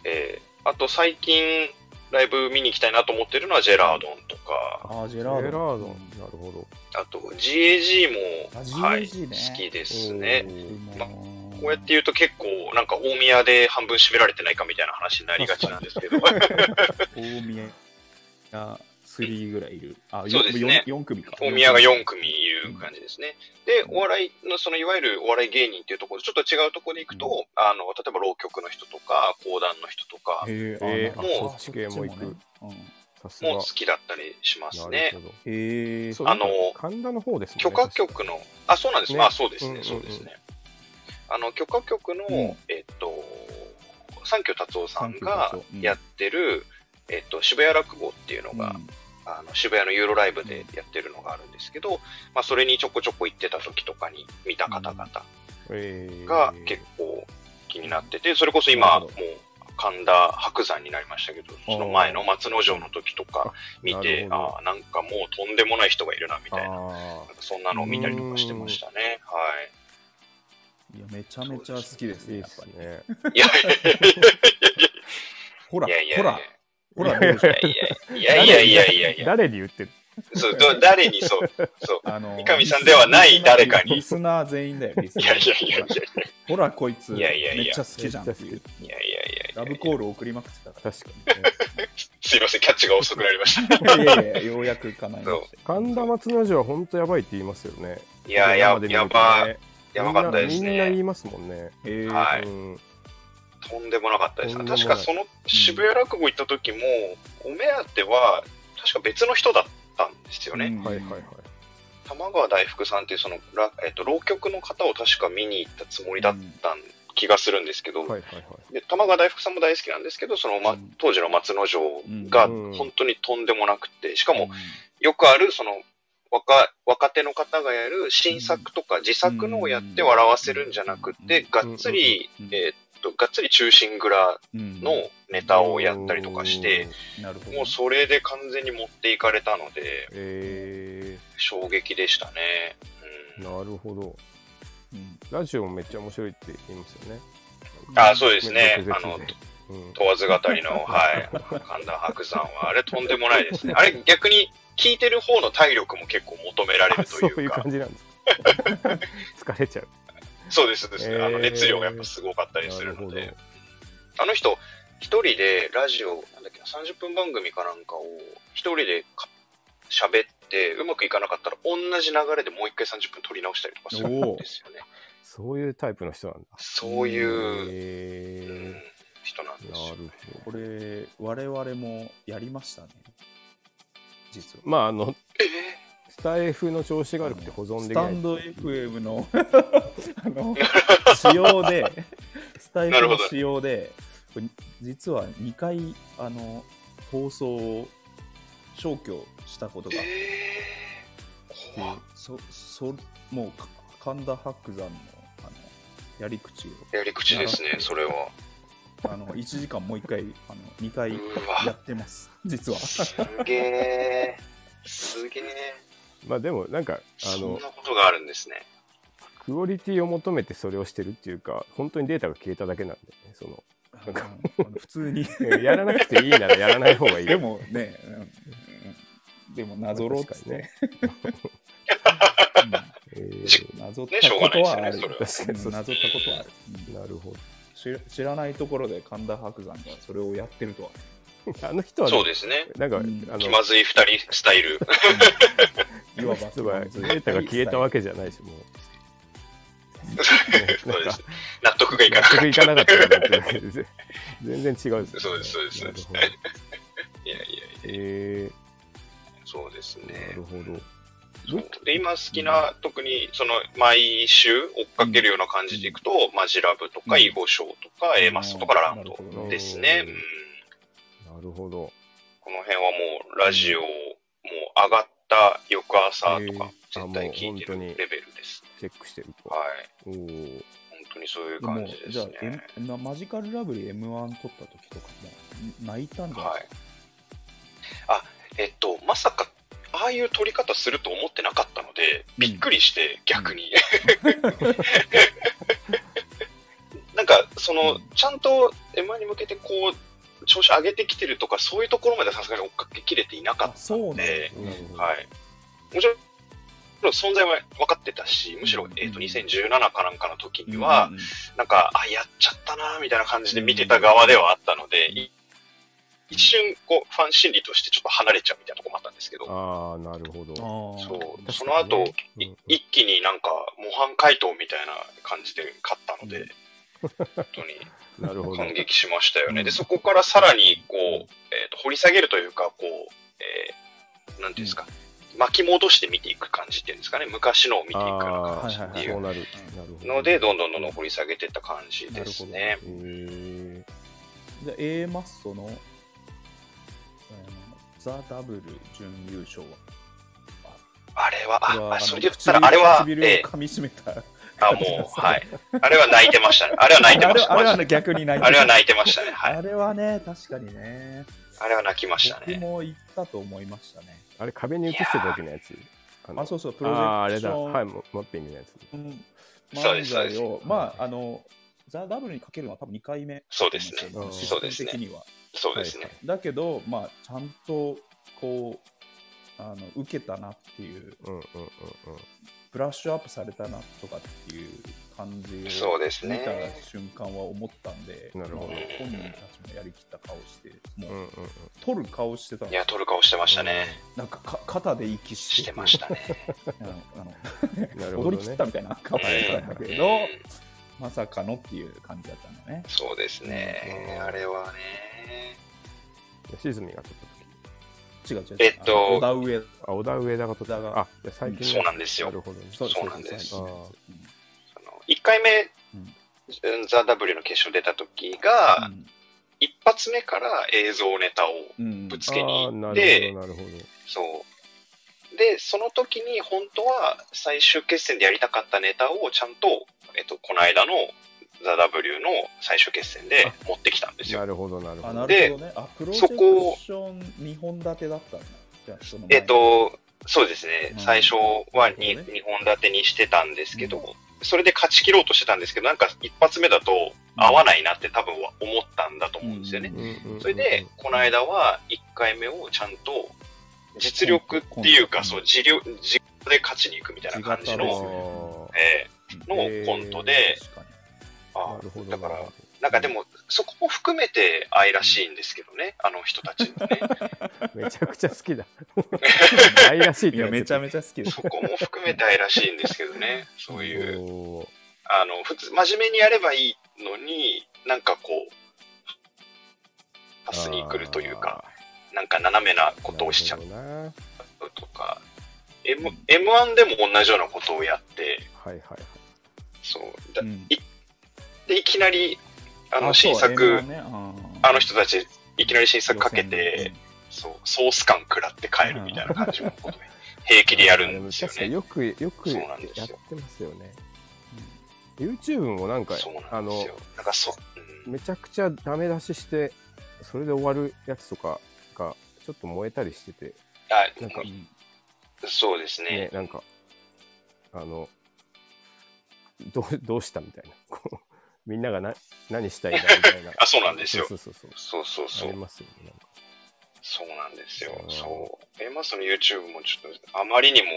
S3: えーあと最近、ライブ見に行きたいなと思ってるのはジェラードンとか、
S1: ああジェ
S2: ー
S1: ラ
S2: ジェ
S1: ード
S2: ラードン。なるほど。
S3: あと GAG
S1: あ
S3: も、
S1: GAG
S3: はい、
S1: ね
S3: 好きですね。
S1: うん
S3: まこうやって言うと結構、なんか大宮で半分占められてないかみたいな話になりがちなんです けど、
S1: 大宮が3ぐらいいるあ
S3: そうですね
S1: 4, 組か
S3: 大宮が4組いる感じですね。で、お笑いの、そのいわゆるお笑い芸人っていうところ、ちょっと違うところに行くと、あの、例えば浪曲の人とか、講談の人とか、
S1: へ
S2: え
S1: あ
S2: ー
S1: なんか
S2: あそっち系も行く
S1: そっちもね
S2: さすが。
S3: も好きだったりします
S2: な
S3: ね
S2: る。ほど。
S1: うんへえ
S2: そう
S3: あの
S2: 神田の方ですね。
S3: 許可局の、あ、そうなんです、
S2: ね
S3: まあそうですね、
S2: うんうんうん
S3: そうですね。あの、許可局の、
S1: うん
S3: えっと、三居達夫さん
S1: 三居
S3: が
S1: 達夫うん
S3: やってる、えっと、渋谷落語っていうのが、あの渋谷のユーロライブでやってるのがあるんですけど、まあ、それにちょこちょこ行ってた時とかに見た方々が結構気になってて、それこそ今、
S2: な
S3: も
S2: る
S3: う
S2: ほ
S3: 神田白山になりましたけど、その前の松之丞の時とか見て、
S2: なるほ
S3: ああー、なんかもうとんでもない人がいるな、みたいな。
S2: あ
S3: なんかそんなのを見たりとかしてましたね。はい
S1: やめちゃめちゃ好きです
S2: あ、いい
S1: ね
S2: で
S1: やっぱ
S2: す
S1: り
S2: ね。
S3: い。いや
S1: ほら
S3: いやいやいや
S1: ほ
S3: いや
S1: らほらどうでしょう
S3: いやいやいやいやいやいやいやいやいや いや。
S2: 誰に言ってる
S3: そう、ど誰にそう、そう。
S1: あの
S3: 三上さんではない誰かに
S1: リスナー全員だよ、リスナ
S3: い
S1: ー。
S3: やいやいやいやい
S1: ほら、こいつ、
S3: いやいやいや
S1: めっちゃ好きじゃんっていう。
S3: やいやいやいや
S1: ラブコール送りまくってたか
S2: 確かにね。
S3: すいません、キャッチが遅くなりました。
S1: ら。いやいや、ようやく叶いましたよ。
S2: 神田松之丞は本当やばいって言いますよね。
S3: いや、や、
S2: 生で見
S3: や
S2: るとね
S3: ば、やばかったです
S2: みんなみんな言
S3: ね。
S2: いますもんね。
S1: えー
S3: はい
S2: うん
S3: とんでもなかったです
S2: と
S3: ね。
S2: んでもない
S3: 確かその渋谷落語行った時も、お目当ては、確か別の人だったんですよね。
S1: うん
S2: はいはいはい。
S3: 玉川大福さんっていうその、らえっと、浪曲の方を確か見に行ったつもりだったん気がするんですけど、
S2: はいはいはい。
S3: で玉川大福さんも大好きなんですけど、その、ま
S1: うん
S3: 当時の松之丞が
S2: うん
S3: 本当にとんでもなくて、しかもよくあるその若若手の方がやる新作とか自作のをやって笑わせるんじゃなくて、がっつり
S1: うん、
S3: えっと、がっつり中心蔵
S1: うん
S3: のネタをやったりとかして、
S1: なるほど
S3: もうそれで完全に持っていかれたので、
S2: え
S3: 衝撃でしたね。う
S2: ー、
S3: ん
S2: なるほど。
S1: うん
S2: ラジオもめっちゃ面白いって言いますよね。
S3: あそうですね
S2: めっちゃ
S3: あの
S2: 絶対うん
S3: 問わず語りの、 はい、神田伯山は、あれとんでもないですね。あれ逆に聞いてる方の体力も結構求められ
S2: あ
S3: ると
S2: そう
S3: い
S2: いうう
S3: か、
S2: 感じなん ですか。疲れちゃう。
S3: そうです、そうです、あ
S2: えー
S3: の熱量がやっぱすごかったりするので、あの人、一人でラジオ、なんだっけな、30分番組かなんかを、一人でか喋って、うまくいかなかったら、同じ流れでもう一回30分取り直したりとかするんですよね。
S2: そういうタイプの人なんだ。
S3: そういう、
S2: え
S3: うん
S2: ー、
S3: 人なんです
S2: な
S3: よ。
S2: るほ
S1: これ我々もやりましたね実は
S2: ど。まああの
S3: えー
S2: スタイフの調子が悪くて保存
S1: ス
S2: できな
S1: タ
S2: い。
S1: ンド FM の あの仕様で、スタイルの仕様で、これ実は2回あの放送を消去したことがあって、
S3: えー怖っ
S1: そそもうか神田伯山のあのやり口
S3: やり口ですね、それは。
S1: をあの1時間もう1回、あの2回
S3: う
S1: や
S3: わ、
S1: ってます、実は。
S3: すげえ、すげえ、
S2: まあでもなんかあ
S3: そん
S2: の
S3: なことがあるんですね。
S2: クオリティを求めてそれをしてるっていうか本当にデータが消えただけなんで、ね、その
S1: あの普通に。
S2: やらなくていいならやらない方がいい。
S1: でもね、うんうんでもなぞろうっつって、ね。
S2: えー
S3: じ
S1: なぞっ
S3: ね
S1: た
S3: しょうが
S1: こ
S3: な
S1: と
S3: いで
S1: は
S3: す
S2: 確
S1: ある。
S3: よねそれは
S2: かにそう
S1: なぞったことはある。うん
S2: なるほど。
S1: 知ら知らないところで神田伯山がそれをやってると は、
S2: あの人はね、
S3: そうですね。
S2: なんか、
S1: うん
S2: あの、
S3: 気まずい二人スタイル。
S1: いわば
S2: 実はデータが消えたわけじゃないし、もう。
S3: そうです。納得がいか
S2: 納
S3: なかっ
S2: 得いかなかったんだってだけでぜ全然違うんです
S3: た。
S2: よ
S3: そうです、そうです。そう
S2: な
S3: で
S2: る
S3: す
S2: ほど
S3: いやいやいや、
S2: え
S3: そうです
S2: ー、な
S3: ね
S2: る。ほど。
S3: そうで今好きな、特にその毎週追っかけるような感じでいくと、マジラブとか、
S1: うん
S3: イゴショーとか、A マストとか、ララン
S1: なるほ
S3: ド
S1: どね
S3: ですね。
S2: う
S3: うんん
S2: なるほど。
S3: この辺はもう、ラジオ、もう上がった翌朝
S1: え
S3: と
S1: ー
S3: か、絶対聞いて
S2: あ
S3: る
S2: もう本当に
S3: レベルです。
S2: チェックしてると。
S3: はい。
S2: おー
S3: 本当にそういう
S1: も
S3: 感
S1: う
S3: じで
S1: じゃ
S3: す
S1: あ
S3: ね。、
S1: M なマジカルラブリー M1 取った時とかも泣いたんじゃ
S3: は
S1: ない
S3: い。あ、えっと、まさか、ああいう撮り方すると思ってなかったので、びっくりして、逆に。 なんか、その、ちゃんと M1 に向けて、こう、調子上げてきてるとか、そういうところまではさすがに追っかけきれていなか
S1: あ
S3: っ
S1: そうなん
S3: たの
S1: だ
S3: で、
S2: なるほど。
S3: はい。もちろん、存在は分かってたし、むしろ
S1: うん、
S3: えっと、2017かなんかの時には、
S1: うん
S3: なんか、あ、やっちゃったな、みたいな感じで見てた側ではあったので、
S1: うん
S3: い一瞬、こう、ファン心理としてちょっと離れちゃうみたいなとこもあったんですけど、
S2: ああ、なるほど。
S1: あー
S3: そう、
S2: 確
S3: その
S2: かに
S3: 後
S2: ね、
S3: い
S2: うんうん
S3: 一気になんか、模範解答みたいな感じで勝ったの
S1: う
S3: で
S1: ん、
S3: 本当 に
S2: なるほど。
S3: 感激しましたよ
S1: う
S3: ね。
S1: ん
S3: で、そこからさらに、こう、えっ、と、掘り下げるというか、こう、えーなんていうんですか、巻き戻して見ていく感じっていうんですかね、昔のを見ていくような
S2: ああ
S3: 感じ
S1: ー
S3: っ
S1: は
S3: て
S1: い
S3: い
S1: は
S2: そう
S3: う
S2: なる。
S1: うん
S2: なるほど。
S3: ので、どんどんどんどん掘り下げていった感じです
S1: な
S3: ね
S1: る。
S2: えー、
S1: じゃあ A マッソのあのザ・ダブル準優勝は
S3: あれは、
S1: これ
S3: あ、
S1: は
S3: あ
S1: の
S3: それで言ったら、あれは、
S1: 唇
S3: え
S1: 唇を噛み締めた
S3: えあ、もう、はい。あれは泣いてましたね。あれは泣いて
S1: あ
S3: ま
S1: れ
S3: した。
S1: はあれは
S3: マジ
S1: ね逆に泣いて
S3: であれは
S1: た
S3: 泣いてましたね。はい。
S1: あれはね確かにね
S3: あれは泣きました
S1: 僕
S3: ね。
S1: も行ったと思いましたね。
S2: あれ、壁に映してた時のやつ。あの
S1: あ、そうそう、プロジ
S2: ああー、あ
S1: ェク
S2: れ
S1: シ
S2: だ。
S1: ョン
S2: はい、もマッピングのやつ。
S3: そうです
S1: 漫才
S3: そ
S1: を、まあ、あの、ザ・ダブルにかけるのは多分2回目
S3: そうですね。
S2: うん
S1: シ
S3: そ
S1: ス
S3: う
S1: テ
S3: で
S1: ム
S3: すね
S1: 的には。
S3: そうですね。
S1: だけど、まあ、ちゃんと、こう、あの受けたなっていう
S2: うんうんうんうん。
S1: ブラッシュアップされたなとかっていう感じ
S3: そ
S1: を
S3: うです
S1: 見
S3: ね
S1: た瞬間は思ったんで、
S2: なるほど
S1: もう本人たちもやりきった顔して、もう、
S2: うんうん
S1: 取る顔してたん
S3: い
S1: で
S3: や、
S1: す
S3: 取る顔してましたね。
S1: なんかか肩で息して
S3: してましたね。
S1: あのあの
S2: うん。なるほ
S1: 踊
S2: ど
S1: り切
S2: ね
S1: った。みたいな顔してたんだけど、
S3: うん
S1: まさかのっていう感じだったんだね。
S3: そうですね。あれはね。
S2: 吉住が撮った時。
S1: 違う違う違う。
S3: えっと
S1: 小田上
S2: あ、小田上田が撮った
S1: 小田が
S2: あ、じゃあ最近の
S3: そうなんですよ
S2: なるほどね。
S1: そう
S3: そうなんです
S1: そうなんです
S3: その1回目
S1: ん、
S3: ザ・ W の決勝出た時が、一発目から映像ネタを
S1: うんうん
S3: ぶつけに行
S2: あ
S3: っ
S2: あ
S3: て
S2: ー、なるほど、なる
S3: そう。で、その時に本当は最終決戦でやりたかったネタをちゃんと、えっと、この間のザ・ W の最終決戦で持ってきたんです
S2: ほど。な
S3: よ。
S2: るほど、なる
S1: あ
S2: ほ
S1: な
S2: ど。
S1: るほどね。あ、プロジェク
S3: そこ
S1: ション2本立てだったんだ。じゃあその前
S3: えっ、と、そうですね
S1: う、ん
S3: 最初
S1: な
S3: は
S1: る
S3: に
S1: ほど
S3: 2本立てにしてたんですけ
S1: う
S3: ど、それで勝ち切ろうとしてたんですけど、なんか一発目だと合わないなって多分は思ったんだと思うんですよね。
S2: うんうんうんうん
S3: それで、、この間は1回目をちゃんと実力っていう
S1: うん
S3: か、そう、自力自力で勝ちに行くみたいな感じ
S2: あ
S1: そうです
S3: の、
S1: よね
S2: ー
S3: えー
S1: うん
S3: のコントで、
S1: 確かに
S3: あ
S2: なるほど。
S3: だから
S2: なるほ
S3: なんかでも、そこも含めて愛らしいんですけどね、あの人たち もね。
S2: ど、めちゃくちゃ好 きだ。愛らしいって
S1: いや、めちゃ
S2: ち
S1: めちゃ好きです
S3: そ。こも含めて愛らしいんですけどね、そういう、
S2: う。
S3: あの、普通、真面目にやればいいのに、なんかこう、パスに来るというか、なんか斜めなことをしちゃ
S2: な
S3: う
S2: るほどな。はい
S3: とか、M、M1 でも同じようなことをやって、
S2: はいはい。
S3: そう、だ
S1: うん
S3: で、いきなり、あの、
S1: あそう
S3: 新作、
S1: 映画ねあー
S3: あの人たち、いきなり新作かけて、そう、ソース感食らって帰るみたいな感じのことを平気でやるんですよ
S2: 確かに
S3: ね。
S2: よく、よく
S3: そう
S2: や
S3: なんですよ
S2: ってますよね。YouTube もなんか
S3: そう、な
S2: あ
S3: ん
S2: の
S3: です、よ。なんかそう、うん
S2: めちゃくちゃダメ出しして、それで終わるやつとかが、ちょっと燃えたりしてて、
S3: あ
S2: なんか
S1: うんうん
S3: そうですね
S2: ね、なんか、あの、どうどうしたみたいな、こうみんながな何したいんだみたいな
S3: 。あそうなんですよ
S2: そうそうそう
S3: そうそう
S2: そ。
S3: そう
S2: あ
S3: う
S2: り。ますよね。なんか
S3: そうなんですよ
S2: う。ん
S3: そう。エマスの YouTube もちょっと、あまりにも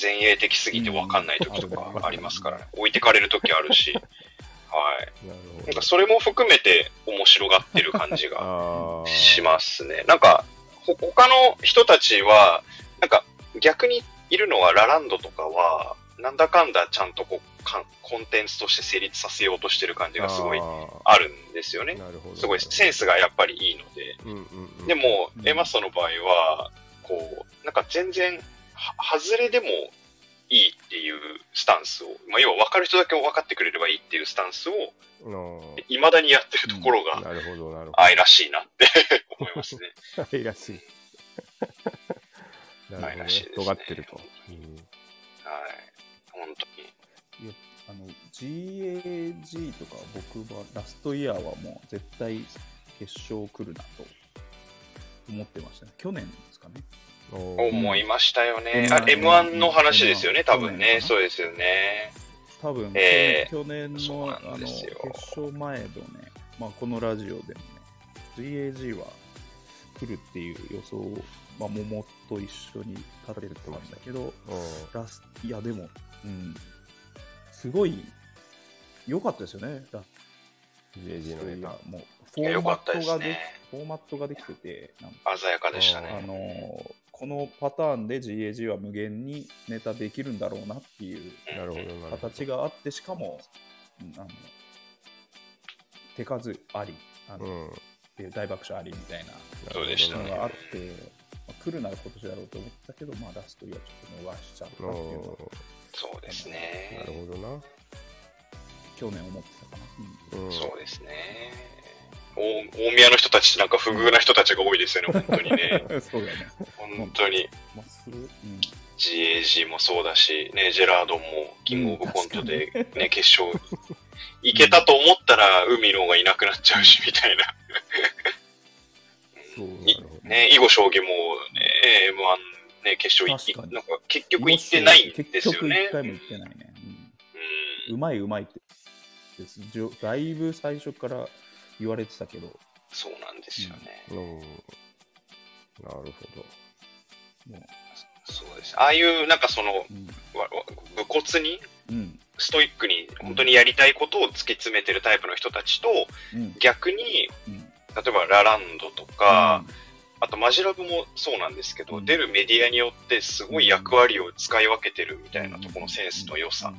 S3: 前衛的すぎて分かんない時と
S1: うん
S3: かありますからね。置いてかれる時ある し。はい。
S2: なる
S3: な
S2: ほ
S3: ん
S2: ど
S3: か。それも含めて面白がってる感じが
S2: あー
S3: しますね。なんか、ほ他の人たちは、なんか逆にいるのはラランドとかは、なんだかんだちゃんとこうかんコンテンツとして成立させようとしてる感じがすごい
S2: あー
S3: あるんですよね。
S2: なるほど。
S3: すごいセンスがやっぱりいいので。
S2: うんうんうん。
S3: でも
S1: う、ん
S3: エマストの場合は、こう、なんか全然、は外れでもいいっていうスタンスを、まあ、要は分かる人だけ分かってくれればいいっていうスタンスを、
S2: うん、
S3: いまだにやってるところが
S2: なるほど、なるほど。
S3: 愛らしいなって思いますね。
S2: 愛らしい。 なるほど、ね。
S3: 愛らしいですね
S2: 尖ってると。うん
S3: はい。本当に。
S1: あの GAG とか僕はラストイヤーはもう絶対決勝来るなと思ってましたね。去年ですかね。
S2: おー
S3: 思いましたよね。
S1: うん
S3: あ、M1 の話ですよね、多分
S1: うん
S3: ね。そうですよね。
S1: 多分、
S3: えー
S1: 去年
S3: そう
S1: の
S3: な
S1: あの
S3: んです
S1: 決
S3: よ
S1: 勝前のね、まあ、このラジオでもね、GAG は来るっていう予想を、まあ、桃と一緒に立ててたんだけど、
S2: うん
S1: ラスいや、でも、うん、すごい良かったですよね、ラ
S2: GAG のネタ。
S1: もうフ
S3: いや、
S1: ォー
S3: よ
S1: マ
S3: か
S1: ッ
S3: ったで
S1: トが
S3: す
S1: で
S3: ね。
S1: フォーマットができてて、なんか
S3: 鮮やかでした
S1: あ
S3: ね。
S1: のーこのパターンで GAG は無限にネタできるんだろうなっていう
S2: なるほど、なるほど。
S1: 形があって、しかも、うんあの手数ありあの、
S2: うん。
S1: で大爆笑ありみたいな
S3: そうでした
S1: の
S3: ね
S1: があって、まあ来るなら今年だろうと思ったけど、まあ、ラストイヤーちょっと逃しちゃったっていう
S2: お
S1: のが
S2: ー
S3: そうです
S2: な
S3: ね。
S2: るほどな。
S1: 去年思ってたかな。うん
S2: うん、
S3: そうですね。大大宮の人たちってなんか不遇な人たちが多いで すよね、本当にね。
S1: そうだよね。
S3: 本当に。
S1: まあ、する。うん
S3: GAG もそうだし、ね、ジェラードもキングオブコントで、ね、決勝行けたと思ったら、海の方がいなくなっちゃうし、みたいな。
S1: そう
S2: な
S3: に
S2: るほど。
S3: ね、囲碁将棋も、ね、M1、ね、決勝行
S1: 確か
S3: き、
S1: に
S3: なんか結局行ってないんですよね。
S1: 結局一回も行ってないね。うん
S3: うん
S1: うまいうまいってですじょだいぶ最初から言われてたけど、も
S3: そうなんですよね。
S2: うん。なるほど。
S1: う
S3: そうです。ああいう、なんかその、
S1: うん
S3: わわ武骨に、
S1: うん
S3: ストイックに、本当にやりたいことを突き詰めてるタイプの人たちと、
S1: うん
S3: 逆に、
S1: うん
S3: 例えばラランドとか、あとマジラブもそうなんですけど、
S1: うん
S3: 出るメディアによってすごい役割を使い分けてるみたいなとこのセンスの良さ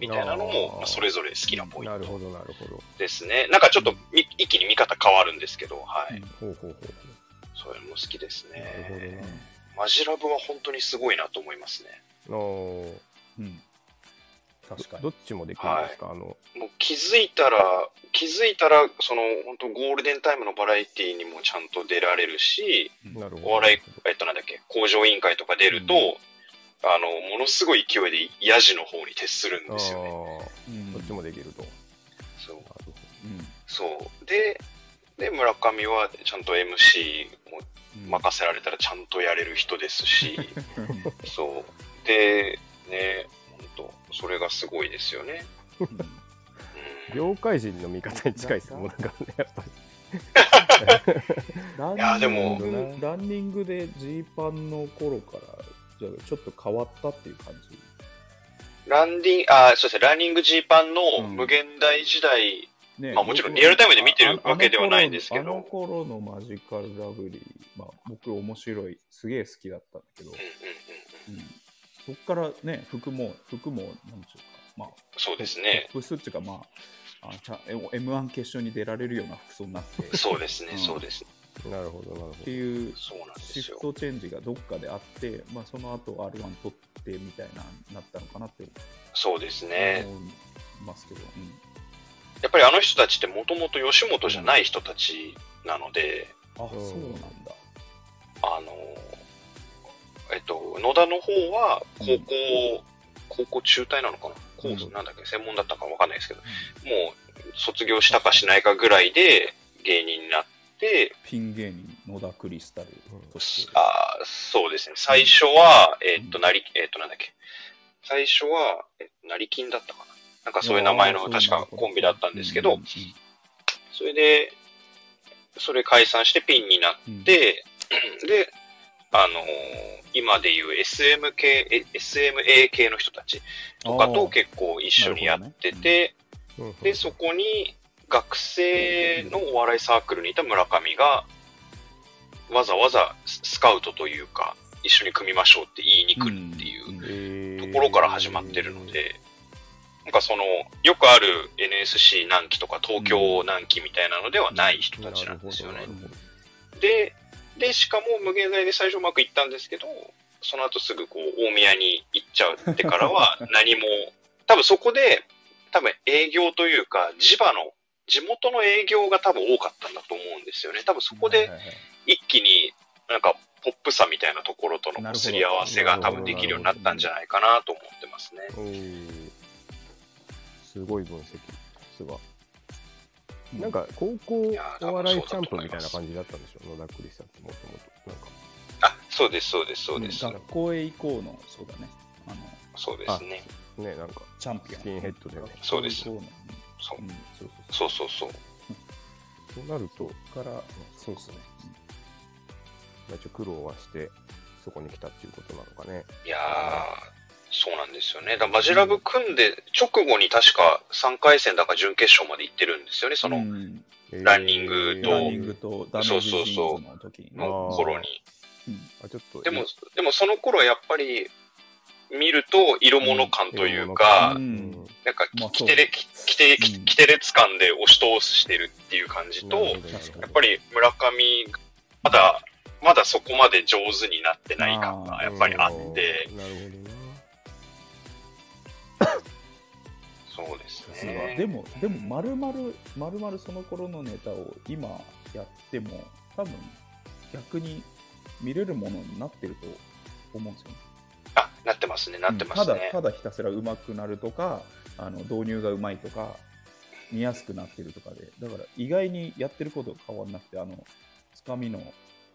S3: みたいなのも、
S2: うん
S3: まあそれぞれ好きなポイン
S2: なる
S3: ト
S2: ほど、なるほど。
S3: ですね。なんかちょっとみ一気に見方変わるんですけど、はい。
S1: うん
S2: ほうほうほう
S3: それも好きです
S2: なるほど
S3: ね。マジラブは本当にすごいなと思いますね。
S2: な。おー
S1: うんうん
S4: 確かに
S2: どっちもできるんですか、あの、
S3: もう気づいたら、気づいたら、その本当ゴールデンタイムのバラエティにもちゃんと出られるし、
S2: なるほど。
S3: お笑い、えっとなんだっけ、工場委員会とか出ると、
S1: うん
S3: あの、ものすごい勢いでヤジの方に徹するんですよね。
S2: あ
S1: うん
S2: ーどっちもできると。な
S3: そう。
S2: る
S1: うん
S3: そう。で、で、村上はちゃんと MC も
S1: うん
S3: 任せられたらちゃんとやれる人ですし、そう。で、ね、本当それがすごいですよね。
S1: うん
S3: うん
S2: ほど。業界人の見方に近いですもん、なんかね、やっぱり。
S1: ランニング
S3: いやでも
S1: ランニングでジーパンの頃からじゃあちょっと変わったっていう感じ
S3: ランディング、あ、そうですね、ランニングジーパン
S1: う
S3: の
S1: ん
S3: 無限大時代、
S1: ね
S3: まあもちろん
S1: 僕
S3: リアルタイムで見てるわけではないんですけど
S1: あの頃のマジカルラブリー、まあ、僕面白いすげえ好きだったんだけど、
S3: うんうんうんうん、
S1: うんそっからね服も服もなんちゅうかまあ
S3: そうですね、
S1: トップスっていうかまああちゃ M1 決勝に出られるような服装になってっ
S3: そうですね、
S1: うん
S3: そうですね、
S2: なるほど、なるほ
S1: ていう
S3: そうなんです
S1: シ
S3: よ。
S1: フトチェンジがどっかであって、まあ、その後 R1 取ってみたいななったのかなって
S3: そうですね。
S1: 思いますけど、
S3: やっぱりあの人たちってもともと吉本じゃない人たちなので、
S1: うん、あ
S2: うん
S1: そうなんだ
S3: あの、えっと、野田の方は高校、高校中退なのかなコース
S1: うん
S3: なんだっけ、専門だったかわかんないですけど、もう卒業したかしないかぐらいで芸人になって、
S1: ピン芸人野田クリスタルとして、
S3: あーそうですね。最初は、えーっと、
S1: うん
S3: なり、えーっと、なんだっけ。最初は、えーなりきんだったかな。なんかそういう名前の、
S1: あー
S3: 確かコンビだったんですけど、、
S1: そ
S3: それで、それ解散してピンになっ
S1: うなんだ
S3: て、 で、あのー今でいう SM 系、え SMA 系の人たちとかと結構一緒にやって
S1: なるほど
S3: て、
S2: ど。
S3: で、そこに学生のお笑いサークルにいた村上が、わざわざススカウトというか、一緒に組みましょうって言いに来るって
S1: うん
S3: いう
S1: うん
S2: と
S3: ところから始まってるの、で、なんかその、よくある NSC 南紀とか東京南紀みたいなのではない人たちなんですよね
S2: なる。ほど
S3: で、で、しかも無限大で最初うまくいったんですけど、その後すぐこう、大宮に行っちゃうってか らは何も、多分そこで、多分営業というか、地場の、地元の営業が多分多かったんだと思うんですよね。多分そこ
S1: はい
S3: で
S1: はいはい
S3: 一気になんかポップさみたいなところとの擦り合わせが多分できるようになったんじゃないかなと思ってますね。
S2: おーすごい分析。すごい。なんか高校お笑いチャンプみたいな感じだったんでしょ野田クリスさんってもともと。なんか
S3: あ、そうです、そうです、そうです。
S1: 学校へ行こうのそうだねあの
S3: そうですね。
S2: ね、なんか
S1: チャンピオン
S2: スキンヘッドでね。
S3: そうです
S1: 学校へ行
S3: そ
S1: こうのう
S3: う
S1: ん
S2: そう
S3: そうそ
S2: そ
S3: うそう。
S2: うそうなると、から、
S1: そうですね
S2: まあ一応苦労はして、そこに来たっていうことなのかね。
S3: いやー、そうなんですよね。だからマジラブ組んで、直後に確か3回戦だか準決勝まで行ってるんですよね、その、
S1: うん
S3: ランニングと
S1: ランニングとダメージジーンズの時にね
S3: の頃に。
S2: あちょっと
S3: でも、でもその頃はやっぱり、見ると色物感というか
S1: う、ん
S3: なんか
S1: まあ
S3: き、きてれ、ききてれ、
S1: う
S3: き
S1: ん
S3: きてれつ感で押し通してるっていう感じと、やっぱ
S2: り
S3: り村上、まだ、まだそこまで上手になってない感
S1: あ
S3: がやっぱりあって、。
S2: なるほどな。
S3: そうです
S1: そう
S3: ね。
S1: でも、でも、まるまる、まるまるその頃のネタを今やっても、多分逆に見れるものになってると思うんですよね。
S3: あ、なってますね、なってますね。
S1: ただ、ただひたすら上手くなるとか、あの導入が上手いとか、見やすくなってるとかで、だから意外にやってること変わらなくて、あの、つかみの、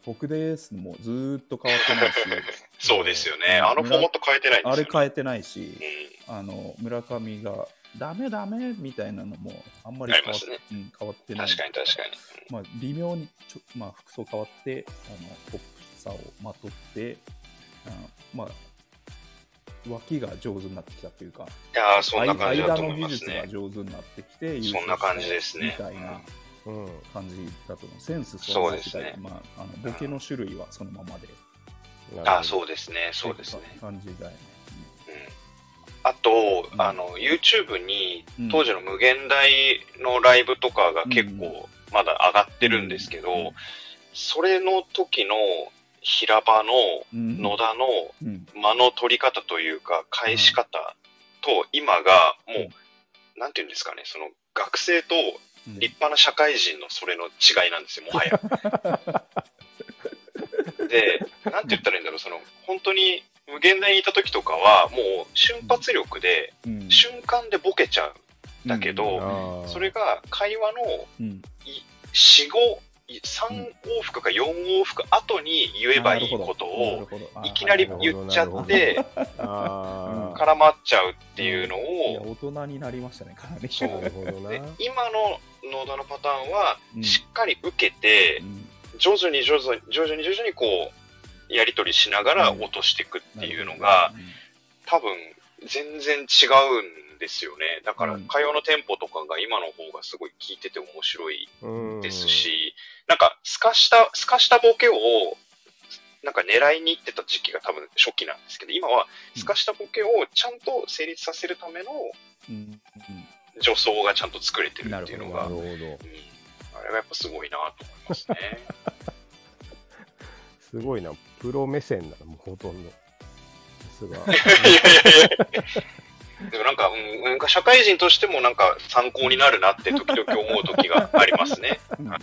S1: 僕ですもずーっと変わってないし、
S3: そうですよね。あのフォーマット変えてないんで
S1: あ
S3: すよ、
S1: れ
S3: ね。
S1: 変えてないし、
S3: うん
S1: あの村上がダメダメみたいなのもあんまり
S3: あり
S1: 変
S3: ま
S1: わ,、
S3: すね
S1: うん、変わってない
S3: 確かに確かに。
S1: まあ、微妙にちょ、まあ、服装変わってあのポップさをまとってあのまあ脇が上手になってきたっていうか、
S3: いやーそんな感じだ
S1: 間
S3: と思
S1: の
S3: いま
S1: 技
S3: す
S1: 術が
S3: ね。
S1: 上手になってきて、
S3: そんな感じですね
S1: みたいな
S2: うん。
S1: 感じだと思う。センスそうなってたり
S3: そうですね
S1: まあ、あのボケの種類はそのままで。
S3: あ
S2: う。
S3: そうですね、そうですね。
S1: 感じだよね。
S3: うんあと、
S1: うん
S3: あの、YouTube に
S1: うん、
S3: 当時の無限大のライブとかが結
S1: うん
S3: 構まだ上がってるんですけど、それの時の平場の
S1: うん
S3: 野田の
S1: うん
S3: 間の取り方というか、返し方と今がもう、なんていうんですかね、その学生と
S1: うん
S3: 立派な社会人のそれの違いなんですよ、もは や。で、なんて言ったらいいんだろう、その、本当に無限大にいた時とかは、もう瞬発力で、
S1: うん
S3: 瞬間でボケちゃうんだけど、
S2: あー
S3: それが会話の
S1: うん
S3: 4、5、3往復か4往復後に言えばいいこと
S1: なる
S3: を、
S1: ほど
S3: いきなり言っちゃって、
S2: あ
S1: ー
S2: あ。
S3: 絡まっちゃうっていうの
S1: いや
S3: を、
S1: 大人になりましたね、かなり。
S3: そう
S2: なるほどな
S3: で。今の野田のパターンは
S1: う、ん
S3: しっかり受けて、
S1: うん
S3: 徐々に徐々に徐々に徐々にこうやり取りしながら
S1: うん
S3: 落としていくっていうのが、、多分全然違うんですよねだから
S1: うん
S3: 会話のテンポとかが今の方がすごい聞いてて面白い
S2: うん
S3: です。し、なんかすかしたすかしたボケをなんか狙いに行ってた時期が多分初期なんですけど今は
S1: うん
S3: すかしたボケをちゃんと成立させるための
S1: うんうん
S3: 助走がちゃんと作れてるっていう
S2: なる
S3: の
S2: ほ
S3: が、うん
S2: ど。
S3: あれがやっぱすごいなと思いますね。
S2: すごいな。プロ目線なの、もうほとんど。さす が。
S3: いやいやいや。でもなんか、うん、なんか社会人としてもなんか参考になるなって時々思う時がありますね。
S1: うん
S2: あ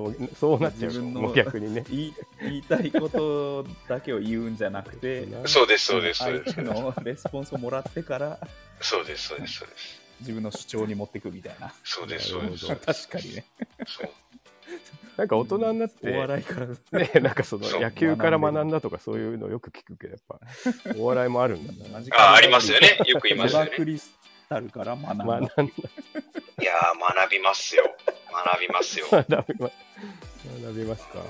S2: もうそうなっちゃう
S1: 自分の
S2: もう逆にね。
S1: 言い 言いたいことだけを言うんじゃなく て、
S3: そうです、そうです、そう
S1: 相
S3: です。
S1: 手のレスポンスをもらってから、
S3: そうです、そうです、そうです。
S1: 自分の主張に持っていくみたいな。
S3: そうです、そう
S2: なるほ
S3: です。
S2: ど
S3: そう
S1: 確かにね。
S2: なんか大人になって、
S1: お笑いから。
S2: ね、なんかその
S3: そう
S2: 野球から学んだとかそういうのよく聞くけど、やっぱお笑いもある んだな。
S3: あ、ありますよね。よく言いま
S1: ジ
S3: すよ
S1: バ
S3: ね。
S1: クリスタルから学んだ。
S2: 学ん
S3: いやー、学びますよ。学びますよ。
S2: だ学びま学びますか。な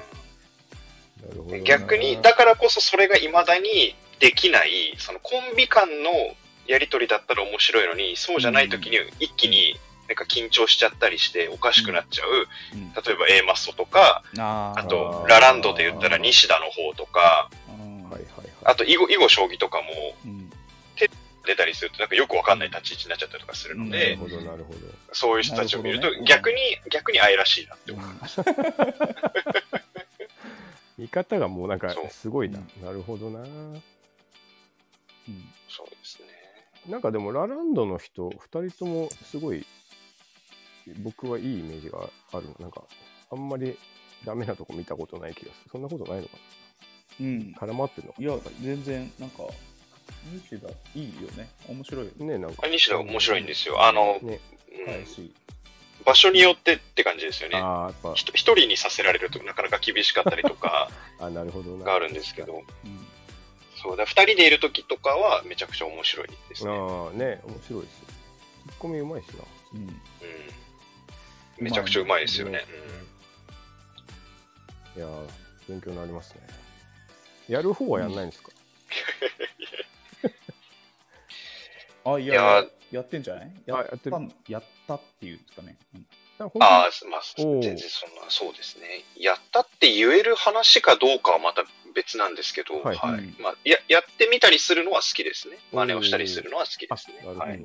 S2: るほどな
S3: 逆に、だからこそそれが未だにできない、そのコンビ間のやりとりだったら面白いのに、そうじゃない時に一気になんか緊張しちゃったりしておかしくなっちゃう、
S1: うん
S3: 例えば A マッソとか、
S1: あー
S3: あと、ラランドで言ったら西田の方とか、
S1: うん
S2: はいはいは
S3: あと囲碁、囲碁将棋とかも
S1: うん
S3: 出たりすると、なんかよくわかんない立ち位置になっちゃったりとかするの
S2: い。なる
S3: で、
S2: ほどなるほど。
S3: そういう人たちを見ると
S1: なるほど、ね
S3: 逆に、逆に愛らしいなって思
S2: 見方がもうなんか
S3: そう
S2: すごいな
S1: う。
S2: なるほどな。
S1: うん
S3: う。そうですね。
S2: なんかでもラランドの人、2人ともすごい僕はいいイメージがあるの。なんかあんまりダメなとこ見たことない気がする。そんなことないのか
S1: うん
S2: な絡まってんのか
S1: いや、全然、なんか、西田、いいよね。面白いよ
S2: なねなんか
S3: あ。西田面白いんですよ。あの、
S2: ね、
S3: うん
S1: 返し。
S3: 場所によってって感じですよね。
S2: ああ、やっ
S3: ひと一人にさせられるとなかなか厳しかったりと か
S2: ぱ、あなるほどな。
S3: があるんですけど、
S1: うん
S3: そうだ、二人でいる時とかはめちゃくちゃ面白いですね。うん
S2: ああ、ね、面白いですよ。ツッコミうまいしな。
S1: うん
S3: めちゃくちゃうまいですよね。
S2: いやー、勉強になりますね。やる方はやんないんですか、
S1: あ、いや、
S3: いや
S1: やってんじゃないや
S2: あ
S1: っ
S2: やって
S1: た
S2: る
S1: やったっていうんですかね。うん
S2: あ
S3: うんああ、まあ、
S2: おう
S3: 全然そんな、そうですね。やったって言える話かどうかはまた別なんですけど、
S2: は
S3: はいいまあや。やってみたりするのは好きですね。
S2: うん
S3: 真似をしたりするのは好きですね。
S2: あなるほど、
S3: はい。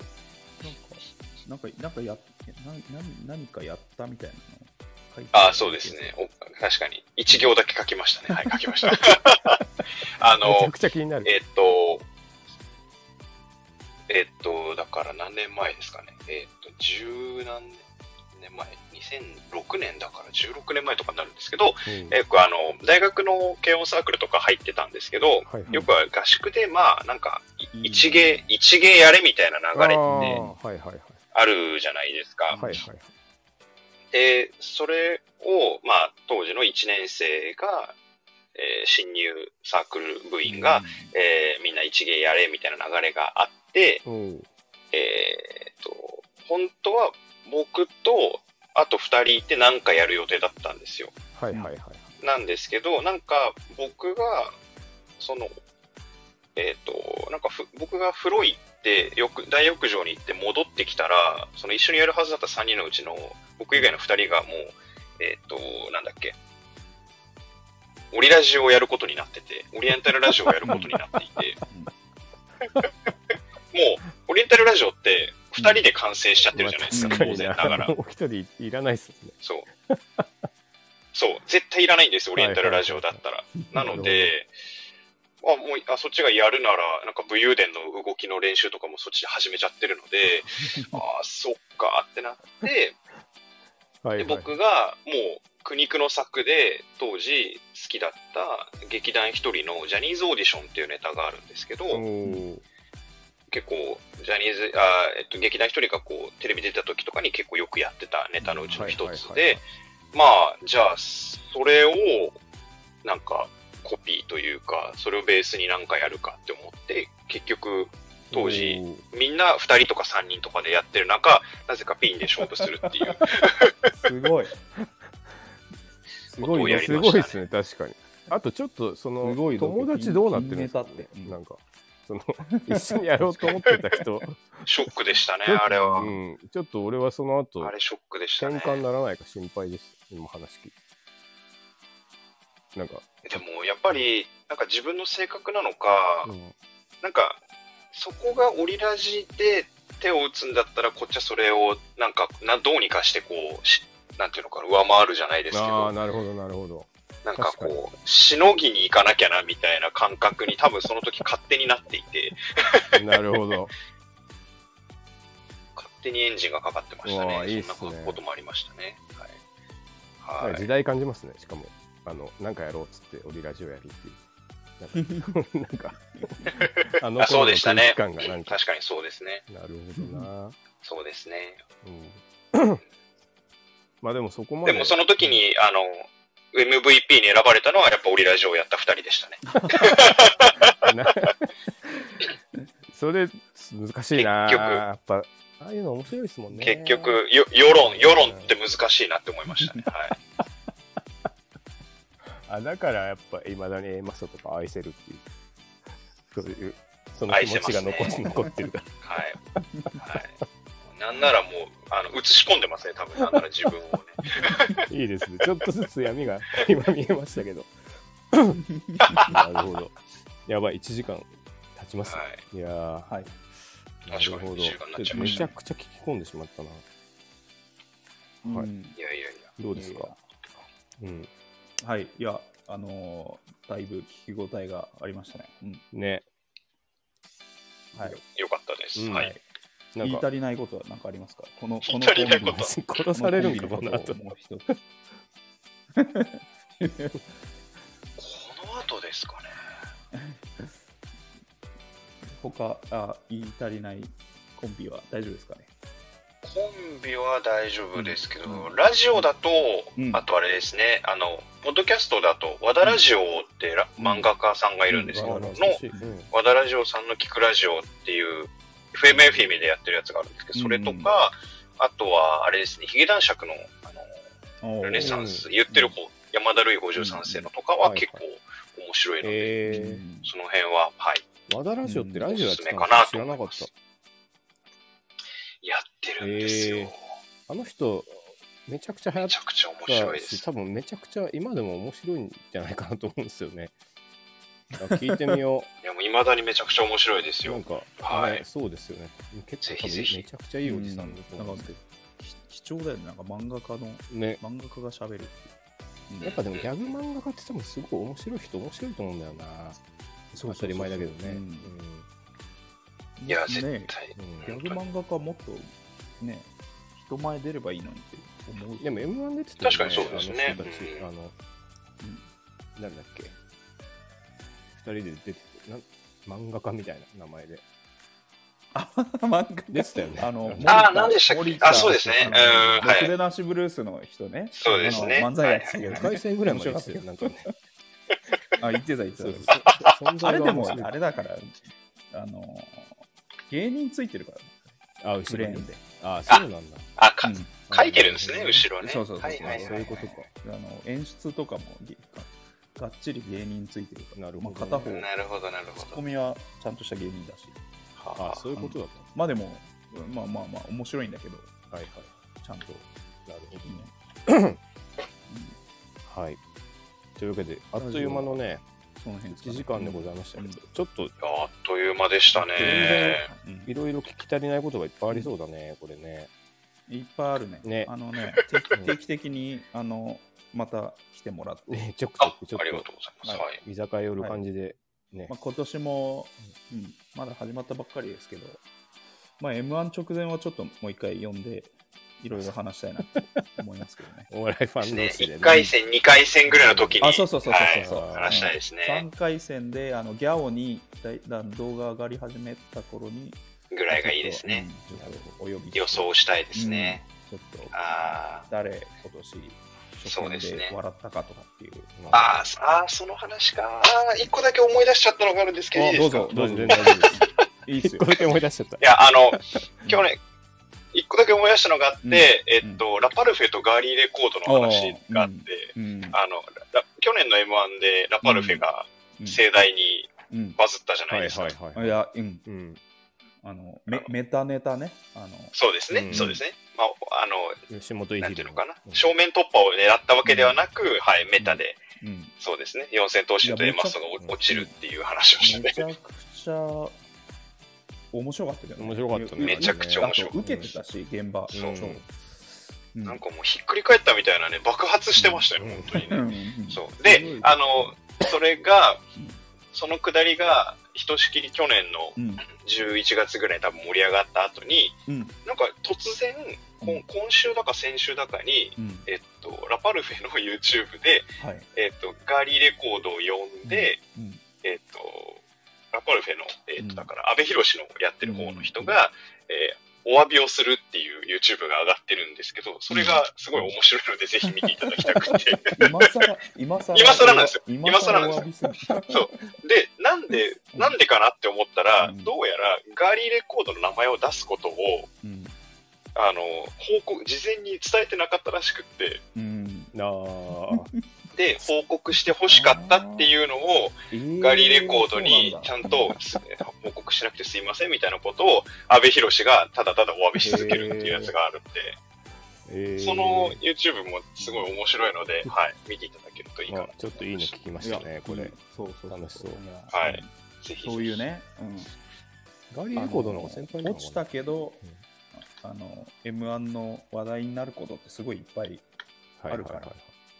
S1: なんか、なんかやな何、何かやったみたいなの書いてる
S3: ああ、そうですね。。お確かに。一行だけ書きましたね。はい、書き ました。あ
S2: めち
S3: の
S2: ゃ、くちゃ気になる。
S3: えっと、えっと、だから何年前ですかね。えっと、十何年前、2006年だから16年前とかになるんですけど、
S2: うん
S3: よくあの、大学の慶応サークルとか入ってたんですけど、
S2: はいはい
S3: よくは合宿で、まあ、なんか、
S1: うん
S3: い一芸、一芸やれみたいな
S2: あー
S3: 流れって
S2: はいはいはい。
S3: あるじゃないですか。
S2: はいはい
S3: で、それを、まあ、当時の1年生が、えー新入サークル部員が、、えーみんな一芸やれみたいな流れがあって、
S2: うん
S3: えーっと、本当は僕と、あと2人いて何かやる予定だったんですよ。
S2: はいはいはいはい。
S3: なんですけど、なんか僕が、その、えっ、と、なんかふ僕が風呂行って、よく、大浴場に行って戻ってきたら、その一緒にやるはずだった3人のうちの、僕以外の2人がもう、えっ、と、なんだっけ、オリラジオをやることになってて、オリエンタルラジオをやることになっていて、 もう、オリエンタルラジオって、2人で完成しちゃってるじゃないですか、
S2: まあ
S3: 当然ながら。
S2: お一人いらないですもんね。
S3: そう。 そう、絶対いらないんですよ、オリエンタルラジオだったら。なので、あもうあそっちがやるなら、なんか武勇伝の動きの練習とかもそっちで始めちゃってるの で、ああ、そっかってなって、
S2: はいは
S3: で
S2: い、
S3: 僕がもう苦肉の策で、当時好きだった劇団一人のジャニーズオーディションっていうネタがあるんですけど、
S2: うん
S3: 結構、ジャニーズ、あーえっと、劇団一人がこう、テレビ出た時とかに結構よくやってたネタのうちの一つ
S2: はいはいはい
S3: で、まあ、じゃあ、それを、なんか、コピーというか、それをベースになんかやるかって思って、結局、当時、みんな2人とか3人とかでやってる中、なぜかピンで勝負するって いう。
S1: すごい。
S2: すごい、
S3: や
S2: ね、
S3: り
S2: す
S3: ました
S2: ご
S3: ね
S2: いですね、確かに。あとちょっと、その
S1: すごい
S2: 友達どうなってるんですか、
S1: ピンネタってうん
S2: なんか、その、一緒にやろうと思ってた 人、
S3: ショックでしたね、あれは
S2: う。ん、ちょっと俺はその後
S3: あ、れショックでした
S2: 転
S3: ね。
S2: 換ならないか心配です、今話聞いて。なんか、
S3: でも、やっぱり、なんか自分の性格なのか、
S2: うん
S3: なんか、そこがオリラジで手を打つんだったら、こっちはそれを、なんか、などうにかして、こう、しなんていうのかな、上回るじゃないですけ
S2: ああ、
S3: ど、
S2: なるほど、なるほ ど。
S3: なんかこう、しのぎに行かなきゃな、みたいな感覚に多分その時勝手になっていて、
S2: なるほど。
S3: 勝手にエンジンがかかってました
S2: うわ
S3: ね。
S2: いいっすね
S3: そんなこともありましたね。は。
S2: ないん
S3: は
S2: か
S3: い。
S2: 時代感じますね、しかも、あの、なんかやろうっつって、オリラジオやるっていう。なんか、なんかあの
S3: あそう
S2: 頃の
S3: でしたね。
S2: 空気感がなんか、
S3: 確かにそうですね。
S2: なるほどな。
S3: そうですね。
S2: うんまあでもそこま
S3: で
S2: で。
S3: もその時に、あの、MVP に選ばれたのはやっぱオリラジオをやった二人でしたね。
S2: な。 それ、難しいな。
S3: 結局
S2: やっぱ、ああいうの面白いですもんね。
S3: 結局、よ世論、世論って難しいなって思いましたね。はい。
S2: あ。だからやっぱ、いまだに A マスとか愛せるっていう。そういう、その
S3: 愛
S2: 気
S3: せ
S2: 持
S3: ます
S2: ち
S3: ね
S2: が残,、残ってるから。
S3: はい。はい。なんならもう、あの、映し込んでますね、多分。なんなら 自分をね。
S2: いいですね。ちょっとずつ闇が 今見えました けど。なるほど。やばい、1時間経ちますね。、
S3: はい
S2: やー。
S1: はい。
S2: なるほ
S3: 確か
S2: ど。
S3: に一時間になっちゃいま
S2: め
S3: し
S2: ち
S3: た
S2: ゃくちゃ聞き込んでしまったな。はい
S1: うん
S3: いやいやいや。
S2: どうですかうん。
S1: はい。いや、あのーだいぶ聞き応えがありましたね。うん。
S2: ね。
S1: はい。
S3: よかったです。
S2: うん
S3: はい。
S2: な
S1: 言い
S2: んか、
S1: 足りないことは何かありますかこの、こ
S3: 言い
S1: の
S3: 足りないこと
S2: 殺されるんか、この後。
S1: もう一つ。
S3: この後ですかね。
S1: 他、あ、言い足りないコンビは大丈夫ですかね
S3: コンビは大丈夫ですけど、
S1: うん
S3: ラジオだと、
S1: うん
S3: あとあれですね、あの、ポッドキャストだと、和田ラジオってら、
S1: うん
S3: 漫画家さんがいるんですけど、
S2: あ
S3: の
S2: 懐かしいうん
S3: 和田ラジオさんの聞くラジオっていう、FMFM でやってるやつがあるんですけど、それとか、あとは、あれですね、ヒゲ男爵の、あの、
S1: おー
S3: ルネサンス、
S2: う
S3: 言ってる方、山田るい53世のとかは
S2: うん
S3: 結構面白いので、
S1: う
S2: え
S1: ん
S3: その辺は、はい、
S2: ー、和田ラジオってラジオやってたの
S3: おすすめかなと
S2: 知らなかっ
S3: 思いやってるんですよ。
S2: えーた。あの人、めちゃくちゃ流行
S3: め
S2: っ
S3: ちゃくちゃ面白い
S2: た
S3: で
S2: し、
S3: す。
S2: 多分めちゃくちゃ今でも面白いんじゃないかなと思うんですよね。あ聞いてみよ
S3: いや、もう未だにめちゃくちゃ面白いです
S2: う。な
S3: よ
S2: ん。か、
S3: はい
S2: ねそうですよね。結
S3: ぜ
S2: 構多分
S3: ひぜひ
S2: めちゃくちゃいいおじさんだと
S1: な
S2: 思うんん
S1: か
S2: ですけ
S1: 貴貴重だよね。なんか漫画家の、
S2: ど。ね。
S1: 漫画家が喋る。うん
S2: やっぱでもギャグ漫画家って多分すごい面白い人面白いと思うんだよな。
S1: そうそうそう
S2: 当たり前だけどね。
S1: うん
S3: いや、絶
S1: ね
S3: 対。
S2: うんうん
S1: ギャグ漫画家もっと、ね、人前出ればいいのにって思う。
S2: でも M1 出てた
S3: 確かにそうですね
S2: あの人たち、
S3: うん
S2: あの、なんだっけ。二人で出てて、なん漫画家みたいな名前で。
S1: 漫画
S2: 出てたよね。
S1: あの、
S3: あー
S1: 森田
S3: 何でしたっけ
S1: 森田
S3: あそうですね
S1: あの
S3: うんはい
S1: ろくでなしブルースの人ね。
S3: そうですね
S1: あの漫才やってたけ
S2: 2
S1: どね
S2: 回戦ぐらいまで出てたよ、なんかね。
S1: あ、言ってた言って
S2: そう
S1: た。
S2: そう存
S1: あ
S2: 在
S1: れ
S2: が
S1: で
S2: 面
S1: も、
S2: 白い
S1: あれだから、あの、芸人ついてるから、ね、
S2: あ、後
S1: ブ
S2: ろ
S1: レー
S2: に
S1: ン。で。
S2: あ、そうなんだ。
S3: あ、か
S1: うん
S3: 書いてるんですね、後ろね。
S1: そうそうそう
S3: はいはいはい
S2: そういうことか。
S1: あの演出とかもぎかがっちり芸人ついてるから、
S2: なる
S1: ま
S2: ほど
S1: あ、片方、
S3: なるほど、なる
S1: ツッ
S3: ほ
S1: コ
S3: ど。
S1: ミはちゃんとした芸人だし、
S2: あ
S3: は
S2: そういうことだっ
S1: まあでも、まあまあまあ、面白いんだけど、
S2: た。はい
S1: ちゃんと、い
S2: はい。なる
S1: いね。
S2: ほど。はい。というわけで、あっという間のね、
S1: その辺ですか
S2: 1
S1: ね
S2: 時間でございましたけど、ちょっと
S3: ああっという間でしたね。
S1: うん
S2: いろいろ聞き足りないことがいっぱいありそうだね、これね。
S1: いっぱいあるね。
S2: ね
S1: あのね、
S2: うん
S1: 定期的に、あの、また来てもらって、
S2: ねちょくちょ
S3: あ、あ
S2: く
S3: り
S2: ちょ
S3: が
S2: っ
S3: とう
S2: と、
S3: ございます。はい。
S2: 居酒屋寄る感じで、ね。
S1: まあ、今年も、うん、まだ始まったばっかりですけど、まあ、M1 直前はちょっともう一回呼んで、いろいろ話したいなと思いますけど ね
S2: お笑いファン同士で、ね。
S3: 1回戦、2回戦ぐらいの時に。
S1: あ、そうそうそうそうそう。
S2: はい
S3: 話したいですね
S1: 3。回戦であのギャオにだいだ動画上がり始めた頃に
S3: ぐらいがいいですね。
S1: ちょっとうんちょっとお呼びして
S3: 予想したいですね。
S1: うんちょっと
S3: あ
S1: 誰今年
S3: そうで
S1: 初
S3: す
S1: 見
S3: ね
S1: で笑ったかとかっていう
S3: あ。ああ、そああ、その話か。ああ、一個だけ思い出しちゃったのがあるんですけど、いいですか
S1: あどうぞ
S2: どうぞ、全然大丈夫です。
S1: いいっすよ
S2: これで思い出しちゃった
S3: い。や、あの、今日ね、一個だけ思い出したのがあって、
S1: うん
S3: えっと、ラパルフェとガーリーレコードの話があって、
S1: うん
S3: あの、ラ去年の M1 でラパルフェが
S1: うん
S3: 盛大に
S1: うん
S3: バズったじゃな
S2: はいい
S3: ですか。
S2: はいはい。
S1: いやうん
S2: うん。
S1: あのメメタネタねあの
S3: そうですね、
S2: うん
S3: そうですね。まあ、あの、
S2: 吉本い
S3: な
S2: じ
S3: んてい
S2: り
S3: うのかな、正面突破を狙ったわけではなく、はい、メタで、
S1: うん
S3: そうですね、四千頭身とエマスが
S2: いやめちゃ
S3: 落ちるっていう話をして
S1: めちゃくちゃ面白かったけどね
S2: 面白かったね
S3: めちゃくちゃ面白
S1: あと受けてたし現場
S3: そう
S1: そううん
S3: なんかもうひっくり返ったみたいなね、爆発してましたよ、
S2: うん
S3: 本当に
S1: う
S3: ね。
S1: んうん
S3: そう。で、あの、それが
S1: うん、
S3: そのくだりが、ひとしきり去年の
S1: うん
S3: 11月ぐらいに多分盛り上がった後に、
S1: うん
S3: なんか突然、こん今週だか先週だかに、
S1: うん
S3: えっと、ラパルフェの YouTube で、
S1: はい
S3: えっと、ガーリーレコードを呼んで、
S1: うん
S3: えっと、ラパルフェの、えっ
S1: うん
S3: と、だから、安倍博のやってる方の人が、えーお詫びをするっていう YouTube が上がってるんですけど、それがすごい面白いので、ぜひ見ていただきたくて。
S1: 今さら、今さら、
S3: 今更なんですよ
S1: 今更お詫びする。
S3: で、なんで、なんでかなって思ったら、
S1: うん
S3: どうやら、ガーリーレコードの名前を出すことを、
S1: うん。
S3: あの、報告、事前に伝えてなかったらしくって、
S1: うん。
S2: あー
S3: で、報告して欲しかったっていうのを、ガーリーレコードにちゃんとす報告しなくてすいませんみたいなことを、安部寛がただただお詫びし続けるっていうやつがあるんで、
S2: えー
S3: その YouTube もすごい面白いので、はい、見ていただけるといいかな
S2: あ。ちょっといいの聞きましたね、これ。。
S1: そうそう。
S2: 楽しそう
S1: や
S3: はい。ぜひ、
S1: そういうね、
S2: ガ
S1: う
S2: リ
S1: ん。
S2: レコードの方が先輩なの
S1: 落ちたけど、あの、M1 の話題になることってすごいいっぱい、
S2: はいはい
S1: あるから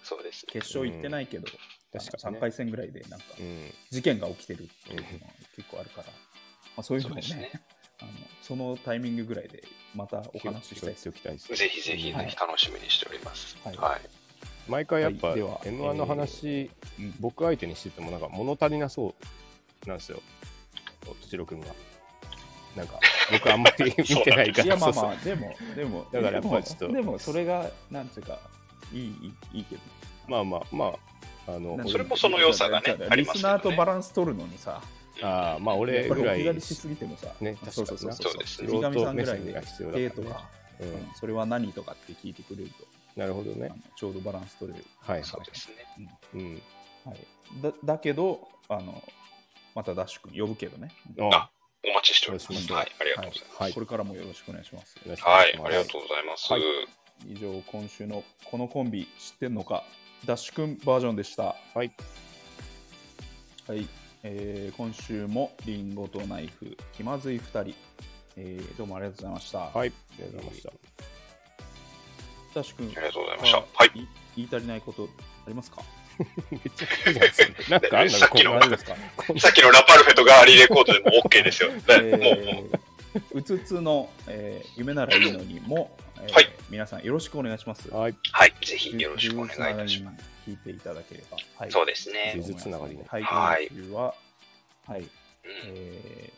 S3: そうですね。
S1: 決勝行ってないけど、
S2: 確かに、
S1: 3
S2: ね。
S1: 回戦ぐらいでなんか
S2: うん。
S1: 事件が起きてるっていうのが結構あるから、まあ、そういうのも
S3: そうです
S1: ね
S3: ね、
S1: あのそのタイミングぐらいでまたお話ししたいです
S2: 聞。きたいですね
S3: ぜひぜひ、
S1: は
S3: ぜ
S1: い
S3: ひ楽しみにしております。
S1: は
S3: はいい。
S2: 毎回やっぱ、
S1: はいでは
S2: M1 の話、
S1: うん
S2: 僕相手にしててもなんか物足りなそうなんですよ。とちろくんが。なんか、僕あんまり見てないから。
S1: いやまあま
S2: そう
S1: あでもでも
S2: だからやっぱちょっと
S1: でもでもそれがなんていうかいいいいいいけどね
S2: そうまあまあまあ、あの、
S1: なんか
S3: それもその良さがね
S1: なんか
S3: あ
S1: リ
S3: ります
S1: ス
S3: よね
S1: ナーとバランス取るのにさ
S2: ああ、まあ俺
S1: やっぱ
S2: ぐ
S1: り
S2: ら
S1: 置
S2: い
S1: き、去りしすぎてもさ
S2: ね
S1: そうそう
S2: 確かにな
S1: そうそう
S3: そうです
S2: ね
S1: 藤上さんぐら
S2: ロード
S1: いで
S2: 目線が必要だから
S1: デ
S2: ね
S1: ーとか
S2: う
S1: うん
S2: ん、
S1: それは何とかって聞いてくれると
S2: なるほど
S1: あ
S2: ね
S1: の。ちょうどバランス取れる
S2: はい
S3: そう
S2: は
S3: ですね。
S2: い。うん。
S1: はいだだけどあのまたダッシュ君呼ぶけどね
S2: あ
S3: お待ちしており
S2: そうしま
S3: ま
S2: し
S3: す。
S2: ょう
S3: はい。ありが
S1: は
S3: とう
S1: い
S3: ございます。
S2: はい
S1: これからもよろしくお願いします
S2: よろしくお
S3: は
S2: 願い
S3: い
S2: し、ます
S3: ありがとうございます。
S1: はい以上今週のこのコンビ知ってんのかダッシュ君バージョンでした
S2: はい。
S1: はい、えー今週もリンゴとナイフ気まずい2人、えーどうもありがとうございました、
S2: はい。ありがとうございました。
S1: ダッシュ君
S3: ありがとうございました。はい。
S1: い言い足りないことありますか
S2: めっちゃ聞くじゃないですかなんかあんな
S3: さっきの
S2: こんなあれですか
S3: さっきのラパルフェとガーリーレコードでも OK ですよ。だ
S1: え
S3: もう、も
S1: ー
S3: う
S1: うつつの、えー夢ならいいのにも、えー
S3: はい
S1: 皆さんよろしくお願いします。
S2: はい。
S3: はい。ぜひよろしくお願いいたします。
S1: す。聞いていただければ。はい
S3: そうですね
S2: 呪。術つながりね
S1: はい。
S3: はい
S1: 今週は、はい、
S3: うん
S1: え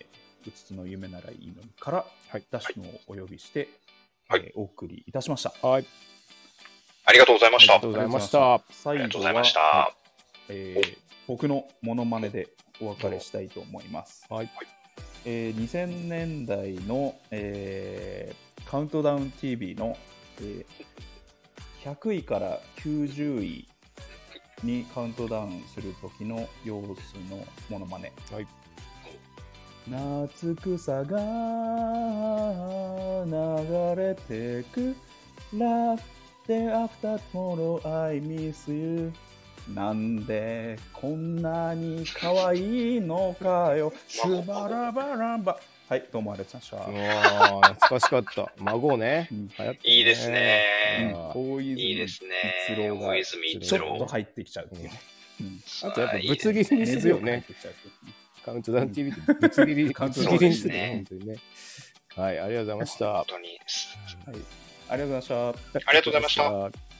S1: ー、うつつの夢ならいいのにから、
S2: はい
S1: ダッシュのをお呼びして、
S3: はい
S1: えーお送りいたしました。
S2: はい。
S3: ありがとうございまし
S2: あ
S3: た。
S2: りが
S3: あ
S2: とうございました。
S1: 最後
S3: りが
S1: は
S3: とうございました。
S1: えー僕のモノマネでお別れしたいと思います。
S2: はい。
S1: えー2000年代の、えーカウントダウン TV の、えー100位から90位にカウントダウンする時の様子のモノマネ
S2: はい
S1: 夏草が流れてく Love day after tomorrow I miss you なんでこんなに可愛いのかよスバラバラバはいどうもありがとうございました、
S2: ああ、懐かしかった。孫ね。
S1: うん
S2: 流行った
S3: いいです。ね。
S2: あ
S1: 大泉
S3: いいです
S1: 一郎
S3: ね。
S1: が
S3: 大泉一
S1: ちょっと
S3: 郎。
S1: 入ってきちゃうっていうね、うん
S2: あとやっぱぶつ
S3: り。
S2: 切りにするよ
S1: 入っ
S2: ね。
S1: てきちゃうっていう
S2: カウントダウン TV ってぶつ切り、
S1: カウ
S2: ぶ
S1: ン
S2: つ
S1: トダウン
S2: 切りにするよね。
S3: ね
S2: 本当にね。はい、ありがとうございました
S3: 本。当に。
S1: はい、ありがとうございました
S3: ありがとうございました。
S2: た。